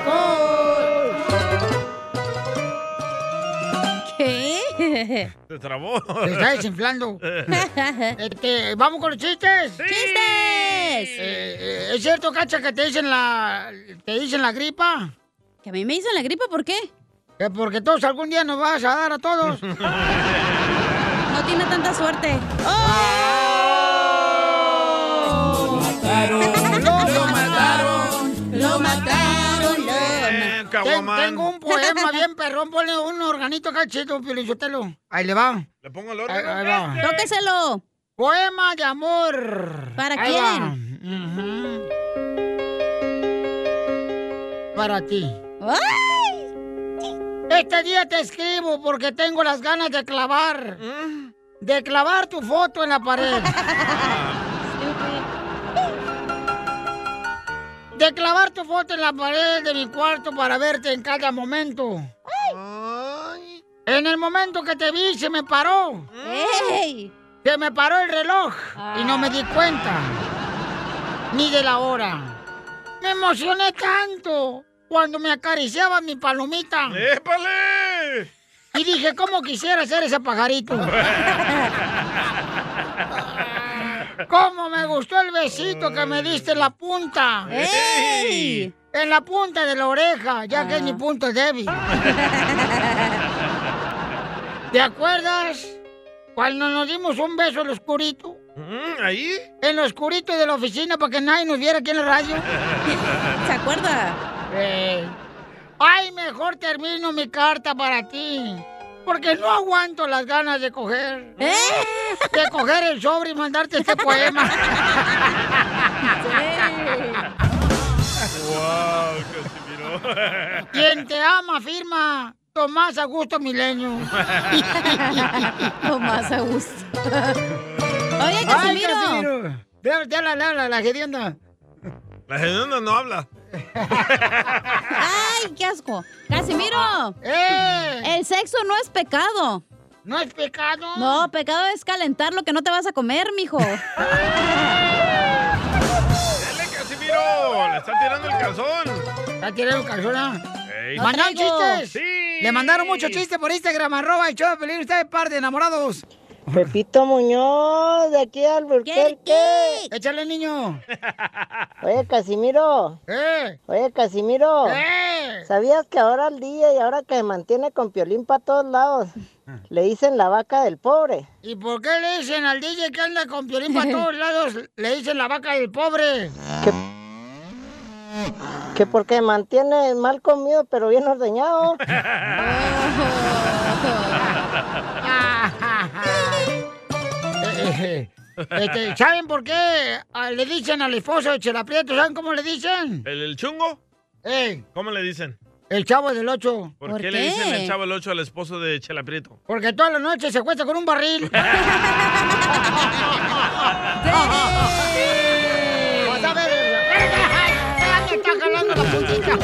Speaker 3: ¿Qué?
Speaker 2: Se trabó.
Speaker 1: Se está desinflando. Este, ¿Vamos con los chistes?
Speaker 3: ¡Chistes!
Speaker 1: Eh, ¿Es cierto, Cacha, que te dicen la, te dicen la gripa?
Speaker 3: ¿Que a mí me dicen la gripa? ¿Por qué?
Speaker 1: porque todos algún día nos vas a dar a todos.
Speaker 3: No tiene tanta suerte.
Speaker 1: ¡Oh!
Speaker 3: ¡Oh!
Speaker 1: ¡Lo mataron!
Speaker 3: ¡Lo mataron!
Speaker 1: Ten- tengo un poema bien perrón, ponle un organito cachito, Pilichotelo. Ahí le va.
Speaker 2: Le pongo el
Speaker 1: Ahí,
Speaker 2: órgano.
Speaker 1: ahí va.
Speaker 2: Este.
Speaker 3: Tóqueselo.
Speaker 1: Poema de amor.
Speaker 3: ¿Para
Speaker 1: Ahí
Speaker 3: quién?
Speaker 1: va. Ujú. Para ti. Este día te escribo porque tengo las ganas de clavar. De clavar tu foto en la pared. De clavar tu foto en la pared de mi cuarto para verte en cada momento. En el momento que te vi se me paró. Se me paró el reloj y no me di cuenta. Ni de la hora. Me emocioné tanto cuando me acariciaba mi palomita.
Speaker 2: ¡Épale!
Speaker 1: Y dije, ¿cómo quisiera ser ese pajarito? ¿Cómo me gustó el besito que me diste en la punta?
Speaker 2: ¡Ey! Ah.
Speaker 1: En la punta de la oreja, ya que es mi punto débil. ¿Te acuerdas cuando nos dimos un beso en lo oscurito?
Speaker 2: Mm, ¿Ahí?
Speaker 1: En lo oscurito de la oficina para que nadie nos viera aquí en la radio.
Speaker 2: ¿Se
Speaker 1: Eh, Ay, mejor termino mi carta para ti. Porque no aguanto las ganas de coger.
Speaker 3: ¿Eh?
Speaker 1: De coger el sobre y mandarte este poema.
Speaker 2: ¡Wow! Casimiro.
Speaker 1: Quien te ama, firma Tomás Augusto Milenio.
Speaker 3: Tomás Augusto. Oye,
Speaker 1: Ay,
Speaker 3: Casimiro.
Speaker 1: Casimiro. Ya, ya la, la, la, la gedionda.
Speaker 2: La gente no habla.
Speaker 3: ¡Ay, qué asco! ¡Casimiro! El sexo no es pecado.
Speaker 1: Eh. ¿No es pecado?
Speaker 3: No, pecado es calentar lo que no te vas a comer, mijo.
Speaker 2: ¡Dale, Casimiro! ¡Le está tirando el calzón!
Speaker 1: ¿Está tirando calzón? ¿ah?
Speaker 2: Ey.
Speaker 1: ¿Mandaron chistes?
Speaker 2: Sí.
Speaker 1: Le mandaron muchos chistes por Instagram, arroba el show de Pelín, está de par de enamorados.
Speaker 11: Pepito Muñoz, de aquí al Burquerque.
Speaker 1: Échale, niño. Eh.
Speaker 11: Oye, Casimiro. Oye, Casimiro. ¿Sabías que ahora al día y ahora que se mantiene con piolín para todos lados, le dicen la vaca del pobre?
Speaker 1: ¿Y por qué le dicen al DJ que anda con piolín para todos lados? Le dicen la vaca del pobre.
Speaker 11: Que porque mantiene mal comido pero bien ordeñado.
Speaker 1: Eh, eh, este, ¿Saben por qué ah, le dicen al esposo de Chelaprieto? ¿Saben cómo le dicen?
Speaker 2: ¿El, el chungo?
Speaker 1: Ey.
Speaker 2: ¿Cómo le dicen?
Speaker 1: El chavo del 8.
Speaker 2: ¿Por, qué, le dicen el chavo el 8 al esposo de Chela Prieto?
Speaker 1: Porque toda la noche se cuesta con un barril. Ah, Vas ah. Pues a ver. ¡Ay, me está jalando la puntita!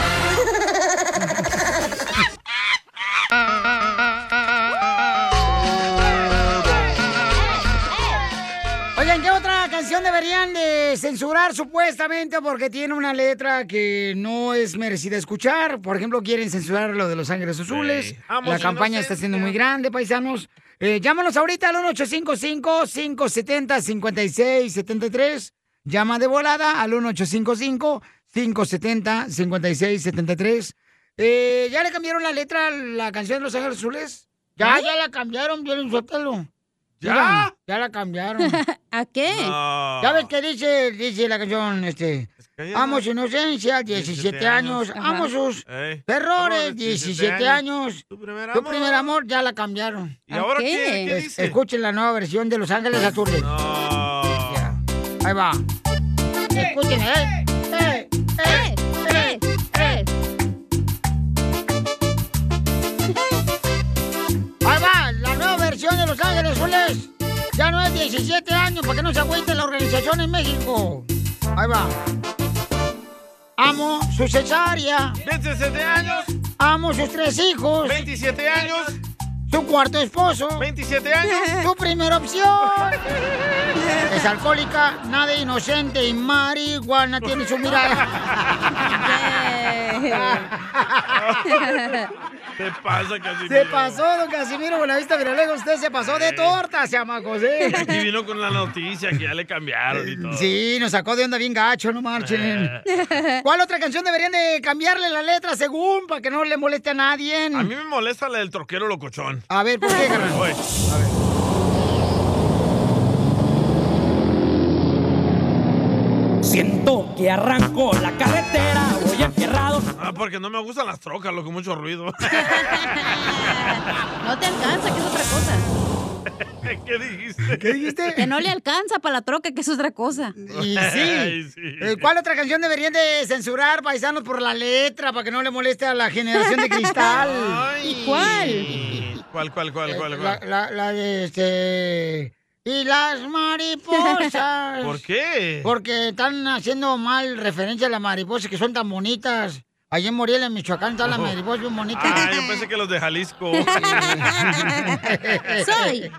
Speaker 1: Oigan, ¿qué otra canción deberían de censurar supuestamente porque tiene una letra que no es merecida escuchar? Por ejemplo, quieren censurar lo de Los Ángeles Azules.
Speaker 2: Sí. Amo
Speaker 1: La
Speaker 2: su
Speaker 1: campaña está siendo muy grande, paisanos. Eh, llámanos ahorita al 1855-570-5673. Llama de volada al 1855-570-5673. Eh, ¿Ya le cambiaron la letra a la canción de Los Ángeles Azules? Ya,
Speaker 3: ¿Eh?
Speaker 1: ya la cambiaron, Violín Sotelo.
Speaker 3: ¿Ya?
Speaker 1: Mira, ya la cambiaron.
Speaker 3: ¿A qué?
Speaker 1: No. ¿Sabes qué dice, dice la canción? Este,
Speaker 3: ya
Speaker 1: amo
Speaker 3: no-
Speaker 1: su inocencia, 17 años.
Speaker 3: años.
Speaker 1: Amo
Speaker 3: Ajá.
Speaker 1: sus
Speaker 2: Ey,
Speaker 1: terrores, 17 años. Tu
Speaker 2: primer
Speaker 1: amor. ya la cambiaron.
Speaker 2: ¿Y ahora qué? ¿Qué
Speaker 1: Es-
Speaker 2: dice?
Speaker 1: Escuchen la nueva versión de Los Ángeles Azules. Ya. Ahí va. Escuchen, ¿eh? ¡Eh! ¡Eh! ¡Eh! ¡Eh! Ahí va, la nueva versión de Los Ángeles Azules. Ya no es 17 años, para que no se agüite la organización en México. Ahí va. Amo su cesárea.
Speaker 2: 27
Speaker 1: eh.
Speaker 2: años.
Speaker 1: Amo sus tres hijos.
Speaker 2: 27 años.
Speaker 1: Su cuarto esposo.
Speaker 2: 27 años.
Speaker 1: Su primera opción. Es alcohólica, nada de inocente y marihuana tiene su mirada.
Speaker 2: Te pasa, Casimiro.
Speaker 1: Se pasó, don Casimiro, con la vista miralego. Usted se pasó de torta, se amacos, ¿eh?
Speaker 2: Y aquí vino con la noticia que ya le cambiaron y todo.
Speaker 1: Sí, nos sacó de onda bien gacho, no marchen. ¿Cuál otra canción deberían de cambiarle la letra según para que no le moleste a nadie?
Speaker 2: A mí me molesta la del troquero locochón.
Speaker 1: A ver, ¿por qué, carnal?
Speaker 2: Oye, a ver.
Speaker 9: Siento que arranco la carretera, voy encerrado.
Speaker 2: Ah, porque no me gustan las trocas, loco, mucho ruido.
Speaker 3: No te alcanza, que es otra cosa.
Speaker 2: ¿Qué dijiste?
Speaker 1: ¿Qué dijiste?
Speaker 3: Que no le alcanza para la troca, que es otra cosa.
Speaker 1: Y sí.
Speaker 2: Ay, sí.
Speaker 1: Eh, ¿Cuál otra canción deberían de censurar, paisanos, por la letra, para que no le moleste a la generación de cristal?
Speaker 3: ¿Y cuál?
Speaker 2: ¿Cuál, cuál, cuál, cuál,
Speaker 1: La,
Speaker 2: cuál?
Speaker 1: la- la de este... Y las mariposas.
Speaker 2: ¿Por qué?
Speaker 1: Porque están haciendo mal referencia a las mariposas que son tan bonitas. Allí en Moriel, en Michoacán, están las mariposas bien bonitas.
Speaker 2: Ah, yo pensé que los de Jalisco.
Speaker 1: Soy.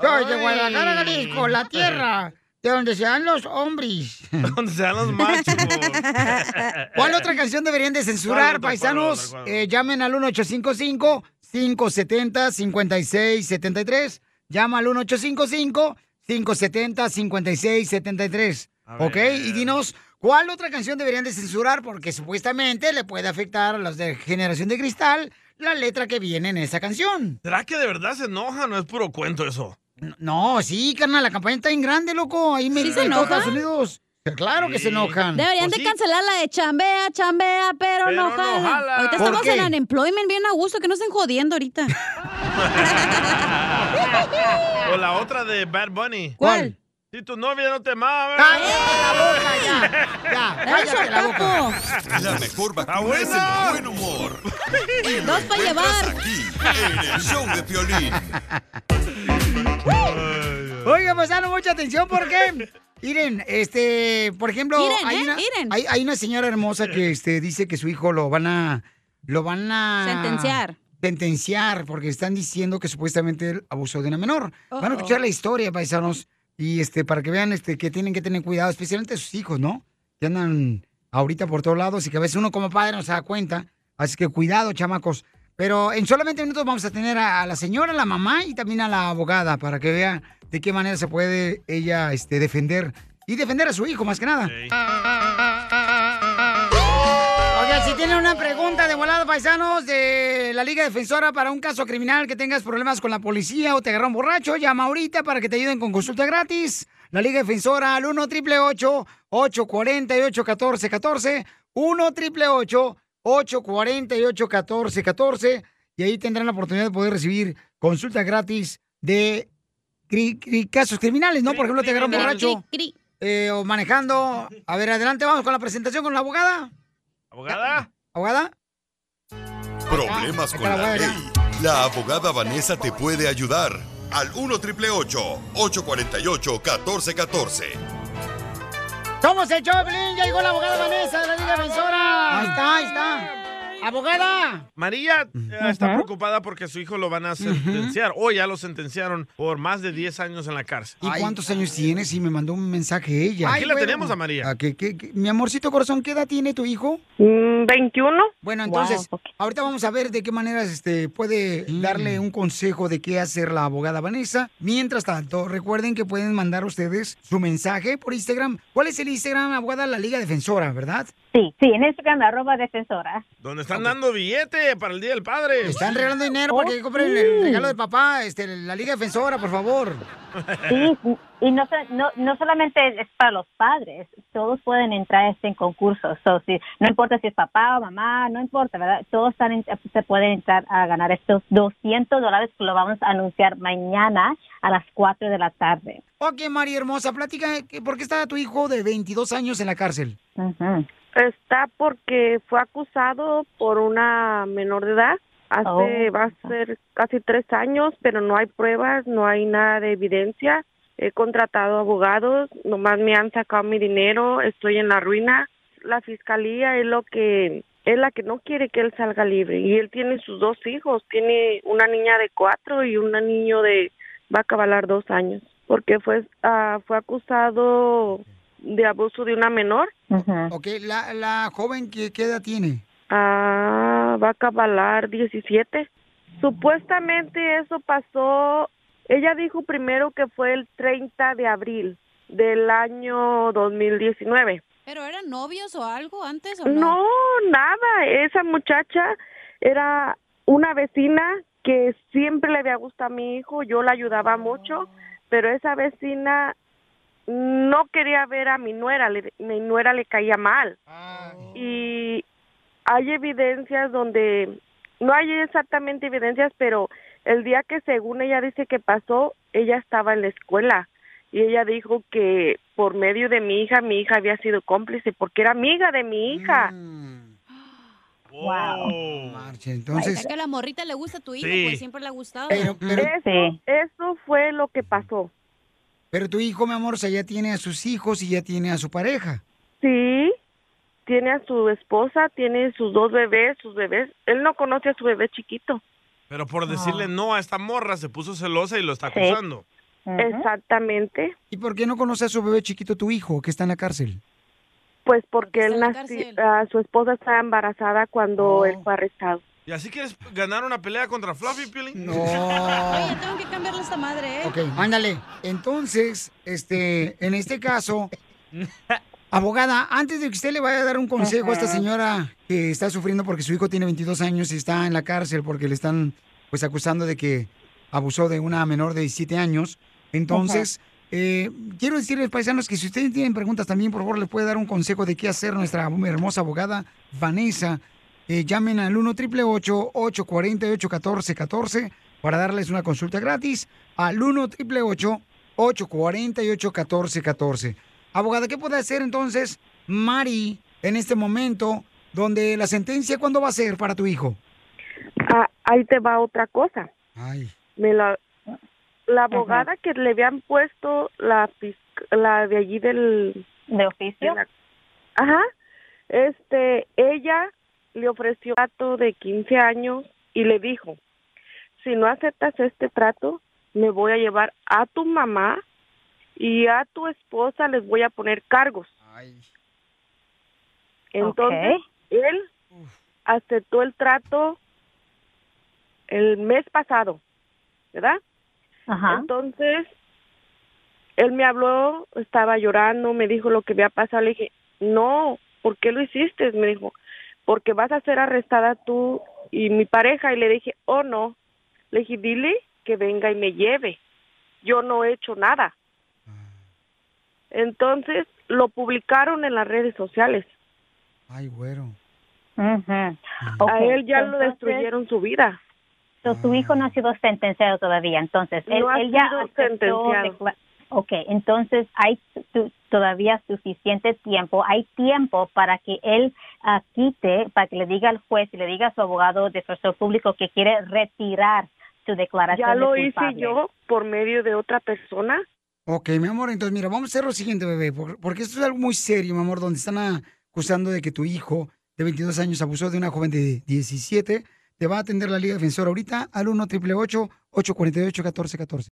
Speaker 1: Soy de Guadalajara, Jalisco, la tierra de donde se dan los hombres.
Speaker 2: Donde se dan los machos.
Speaker 1: ¿Cuál otra canción deberían de censurar,
Speaker 2: ¿Cuál otra,
Speaker 1: paisanos?
Speaker 2: cuál otra, cuál otra?
Speaker 1: Eh, llamen al 1855-570-5673. Llama al 1855-570-5673.
Speaker 2: ver.
Speaker 1: ¿Ok? Y dinos, ¿cuál otra canción deberían de censurar? Porque supuestamente le puede afectar a los de Generación de Cristal la letra que viene en esa canción.
Speaker 2: ¿Será que de verdad se enoja? No es puro cuento eso.
Speaker 1: No, sí, carnal, la campaña está bien grande, loco. Ahí me
Speaker 3: ¿Sí se enojan?
Speaker 1: Estados Unidos. Claro que se enojan.
Speaker 2: Pues
Speaker 3: Deberían de cancelar la de chambea, chambea, pero,
Speaker 1: Pues Pero
Speaker 3: no
Speaker 1: no
Speaker 3: jala.
Speaker 1: jala.
Speaker 3: Ahorita
Speaker 1: ¿Por
Speaker 3: estamos
Speaker 1: qué?
Speaker 3: en unemployment bien a gusto, que no estén jodiendo ahorita.
Speaker 2: o la otra de Bad Bunny.
Speaker 1: ¿Cuál?
Speaker 2: Si tu novia no te mama.
Speaker 1: Ya, cállate la boca.
Speaker 5: La mejor vacuna es el buen humor. Y lo
Speaker 3: Dos para llevar.
Speaker 5: encuentras en el show de Piolín.
Speaker 1: Oiga, pasaron mucha atención porque. Miren, este, por ejemplo,
Speaker 3: Miren,
Speaker 1: hay,
Speaker 3: ¿eh?
Speaker 1: una,
Speaker 3: Miren.
Speaker 1: hay- hay una señora hermosa que este, dice que su hijo lo van a. Lo van a.
Speaker 3: Sentenciar.
Speaker 1: Sentenciar, porque están diciendo que supuestamente él abusó de una menor. Van a
Speaker 3: Uh-oh.
Speaker 1: escuchar la historia, paisanos. Y este, para que vean este, que tienen que tener cuidado, especialmente sus hijos, ¿no? Que andan ahorita por todos lados y que a veces uno como padre no se da cuenta. Así que cuidado, chamacos. Pero en solamente minutos vamos a tener a, a la señora, a la mamá y también a la abogada para que vea de qué manera se puede ella este, defender y defender a su hijo más que nada. Oiga, si tienen una pregunta de volada, paisanos, de la Liga Defensora para un caso criminal que tengas problemas con la policía o te agarraron borracho, llama ahorita para que te ayuden con consulta gratis. La Liga Defensora al 1 888 848 1414 1 888 848 1414 y ahí tendrán la oportunidad de poder recibir consulta gratis de cri- cri- casos criminales, ¿no? Por ejemplo, te agarraron borracho eh, o manejando. A ver, adelante, vamos con la presentación con la abogada.
Speaker 2: ¿Abogada?
Speaker 1: ¿Abogada?
Speaker 5: Problemas con la ley. La abogada Vanessa te puede ayudar. Al 1 848 1414.
Speaker 1: Somos el Choplin, ya llegó la abogada Vanessa de la Liga Defensora. Ahí está, ahí está. Abogada.
Speaker 2: María eh, está preocupada porque su hijo lo van a sentenciar. O ya lo sentenciaron por más de 10 años en la cárcel.
Speaker 1: ¿Y cuántos años tienes? Y me mandó un mensaje ella.
Speaker 2: Aquí la tenemos a María.
Speaker 1: ¿A qué- qué- qué? Mi amorcito corazón, ¿qué edad tiene tu hijo?
Speaker 25: Mm, 21.
Speaker 1: Bueno, entonces, ahorita vamos a ver de qué maneras este, puede darle un consejo de qué hacer la abogada Vanessa. Mientras tanto, recuerden que pueden mandar ustedes su mensaje por Instagram. ¿Cuál es el Instagram, abogada? La Liga Defensora, ¿verdad?
Speaker 25: Sí, sí, en Instagram, arroba defensora.
Speaker 2: Donde están dando billete para el Día del Padre. Oh. Mm.
Speaker 1: Están regalando dinero para que compren
Speaker 25: Oh,
Speaker 1: el regalo de papá, este, la Liga Defensora, por favor.
Speaker 25: Sí, y no, so- no, no solamente es para los padres, todos pueden entrar a este concurso. So, si- no importa si es papá o mamá, no importa, ¿verdad? Todos están en- se pueden entrar a ganar estos 200 dólares que lo vamos a anunciar mañana a las 4 de la tarde.
Speaker 1: Ok, María Hermosa, platica, ¿qué- ¿por qué está tu hijo de 22 años en la cárcel?
Speaker 25: Ujú. Este,
Speaker 16: Está porque fue acusado por una menor de edad Hace,
Speaker 25: Oh.
Speaker 16: va a ser casi tres años, pero no hay pruebas, no hay nada de evidencia. He contratado abogados, nomás me han sacado mi dinero, estoy en la ruina. La fiscalía es lo que es la que no quiere que él salga libre y él tiene sus dos hijos, tiene una niña de cuatro y un niño de va a acabar dos años porque fue ah, fue acusado de abuso de una menor.
Speaker 1: Ok, la, la joven, ¿qué, qué edad tiene?
Speaker 16: Ah, va a cabalar 17. Supuestamente eso pasó, ella dijo primero que fue el 30 de abril del año 2019.
Speaker 3: ¿Pero eran novios o algo antes o no?
Speaker 16: No, nada, esa muchacha era una vecina que siempre le había gustado a mi hijo, yo la ayudaba mucho, pero esa vecina no quería ver a mi nuera, le- mi nuera le caía mal. Y hay evidencias donde, no hay exactamente evidencias, pero el día que según ella dice que pasó, ella estaba en la escuela y ella dijo que por medio de mi hija, mi hija había sido cómplice porque era amiga de mi hija.
Speaker 1: Marche,
Speaker 3: Entonces...
Speaker 1: entonces...
Speaker 3: que a la morrita le gusta tu hijo,
Speaker 1: Sí.
Speaker 3: pues siempre le ha gustado.
Speaker 16: eso, eso fue lo que pasó.
Speaker 1: Pero tu hijo, mi amor, o sea, ya tiene a sus hijos y ya tiene a su pareja.
Speaker 16: Sí, tiene a su esposa, tiene sus dos bebés, sus bebés. Él no conoce a su bebé chiquito.
Speaker 2: Pero por decirle no a esta morra se puso celosa y lo está
Speaker 16: Sí.
Speaker 2: acusando.
Speaker 16: Exactamente.
Speaker 1: ¿Y por qué no conoce a su bebé chiquito tu hijo que está en la cárcel?
Speaker 16: Pues porque él
Speaker 2: está en la
Speaker 16: nació, ah, su esposa estaba embarazada cuando él fue arrestado.
Speaker 2: ¿Y así quieres ganar una pelea contra Fluffy, Piolín?
Speaker 1: No.
Speaker 3: Tengo que cambiarle esta madre, ¿eh?
Speaker 1: Ok, ándale. Entonces, este, en este caso, abogada, antes de que usted le vaya a dar un consejo a esta
Speaker 3: Ajá.
Speaker 1: señora que está sufriendo porque su hijo tiene 22 años y está en la cárcel porque le están pues acusando de que abusó de una menor de 17 años, entonces, eh, quiero decirles, paisanos, que si ustedes tienen preguntas también, por favor, les puede dar un consejo de qué hacer nuestra hermosa abogada Vanessa. Eh, llamen al 1 888 848 1414 para darles una consulta gratis al 1 888 848 1414 Abogada, ¿qué puede hacer entonces Mari en este momento donde la sentencia cuándo va a ser para tu hijo?
Speaker 16: Ah, ahí te va otra cosa. Me la, la abogada que le habían puesto la, fis- la de allí del... ¿De oficio? ajá. Este, ella le ofreció un trato de 15 años y le dijo, si no aceptas este trato, me voy a llevar a tu mamá y a tu esposa les voy a poner cargos. Entonces, él aceptó el trato el mes pasado, ¿verdad?
Speaker 25: Ajá.
Speaker 16: Entonces, él me habló, estaba llorando, me dijo lo que había pasado. Le dije, no, ¿por qué lo hiciste? Me dijo, porque vas a ser arrestada tú y mi pareja. Y le dije, oh, no. Le dije, dile que venga y me lleve. Yo no he hecho nada. Entonces, lo publicaron en las redes sociales.
Speaker 1: Ay, güero.
Speaker 16: A él ya lo
Speaker 25: entonces-
Speaker 16: destruyeron su vida.
Speaker 25: So, su hijo no ha sido sentenciado todavía, entonces él,
Speaker 16: Mm. No ha
Speaker 25: él ya
Speaker 16: sido
Speaker 25: aceptó
Speaker 16: sentenciado.
Speaker 25: decla- Ok, entonces hay tu- todavía suficiente tiempo, hay tiempo para que él ah, quite, para que le diga al juez y le diga a su abogado defensor público que quiere retirar su declaración.
Speaker 16: Ya
Speaker 25: de
Speaker 16: lo hice
Speaker 25: culpable.
Speaker 16: yo por medio de otra persona.
Speaker 1: Ok, mi amor, entonces mira, vamos a hacer lo siguiente, bebé, por- porque esto es algo muy serio, mi amor, donde están ah, acusando de que tu hijo de 22 años abusó de una joven de 17. Te va a atender la Liga Defensora ahorita al 1 888 848 1414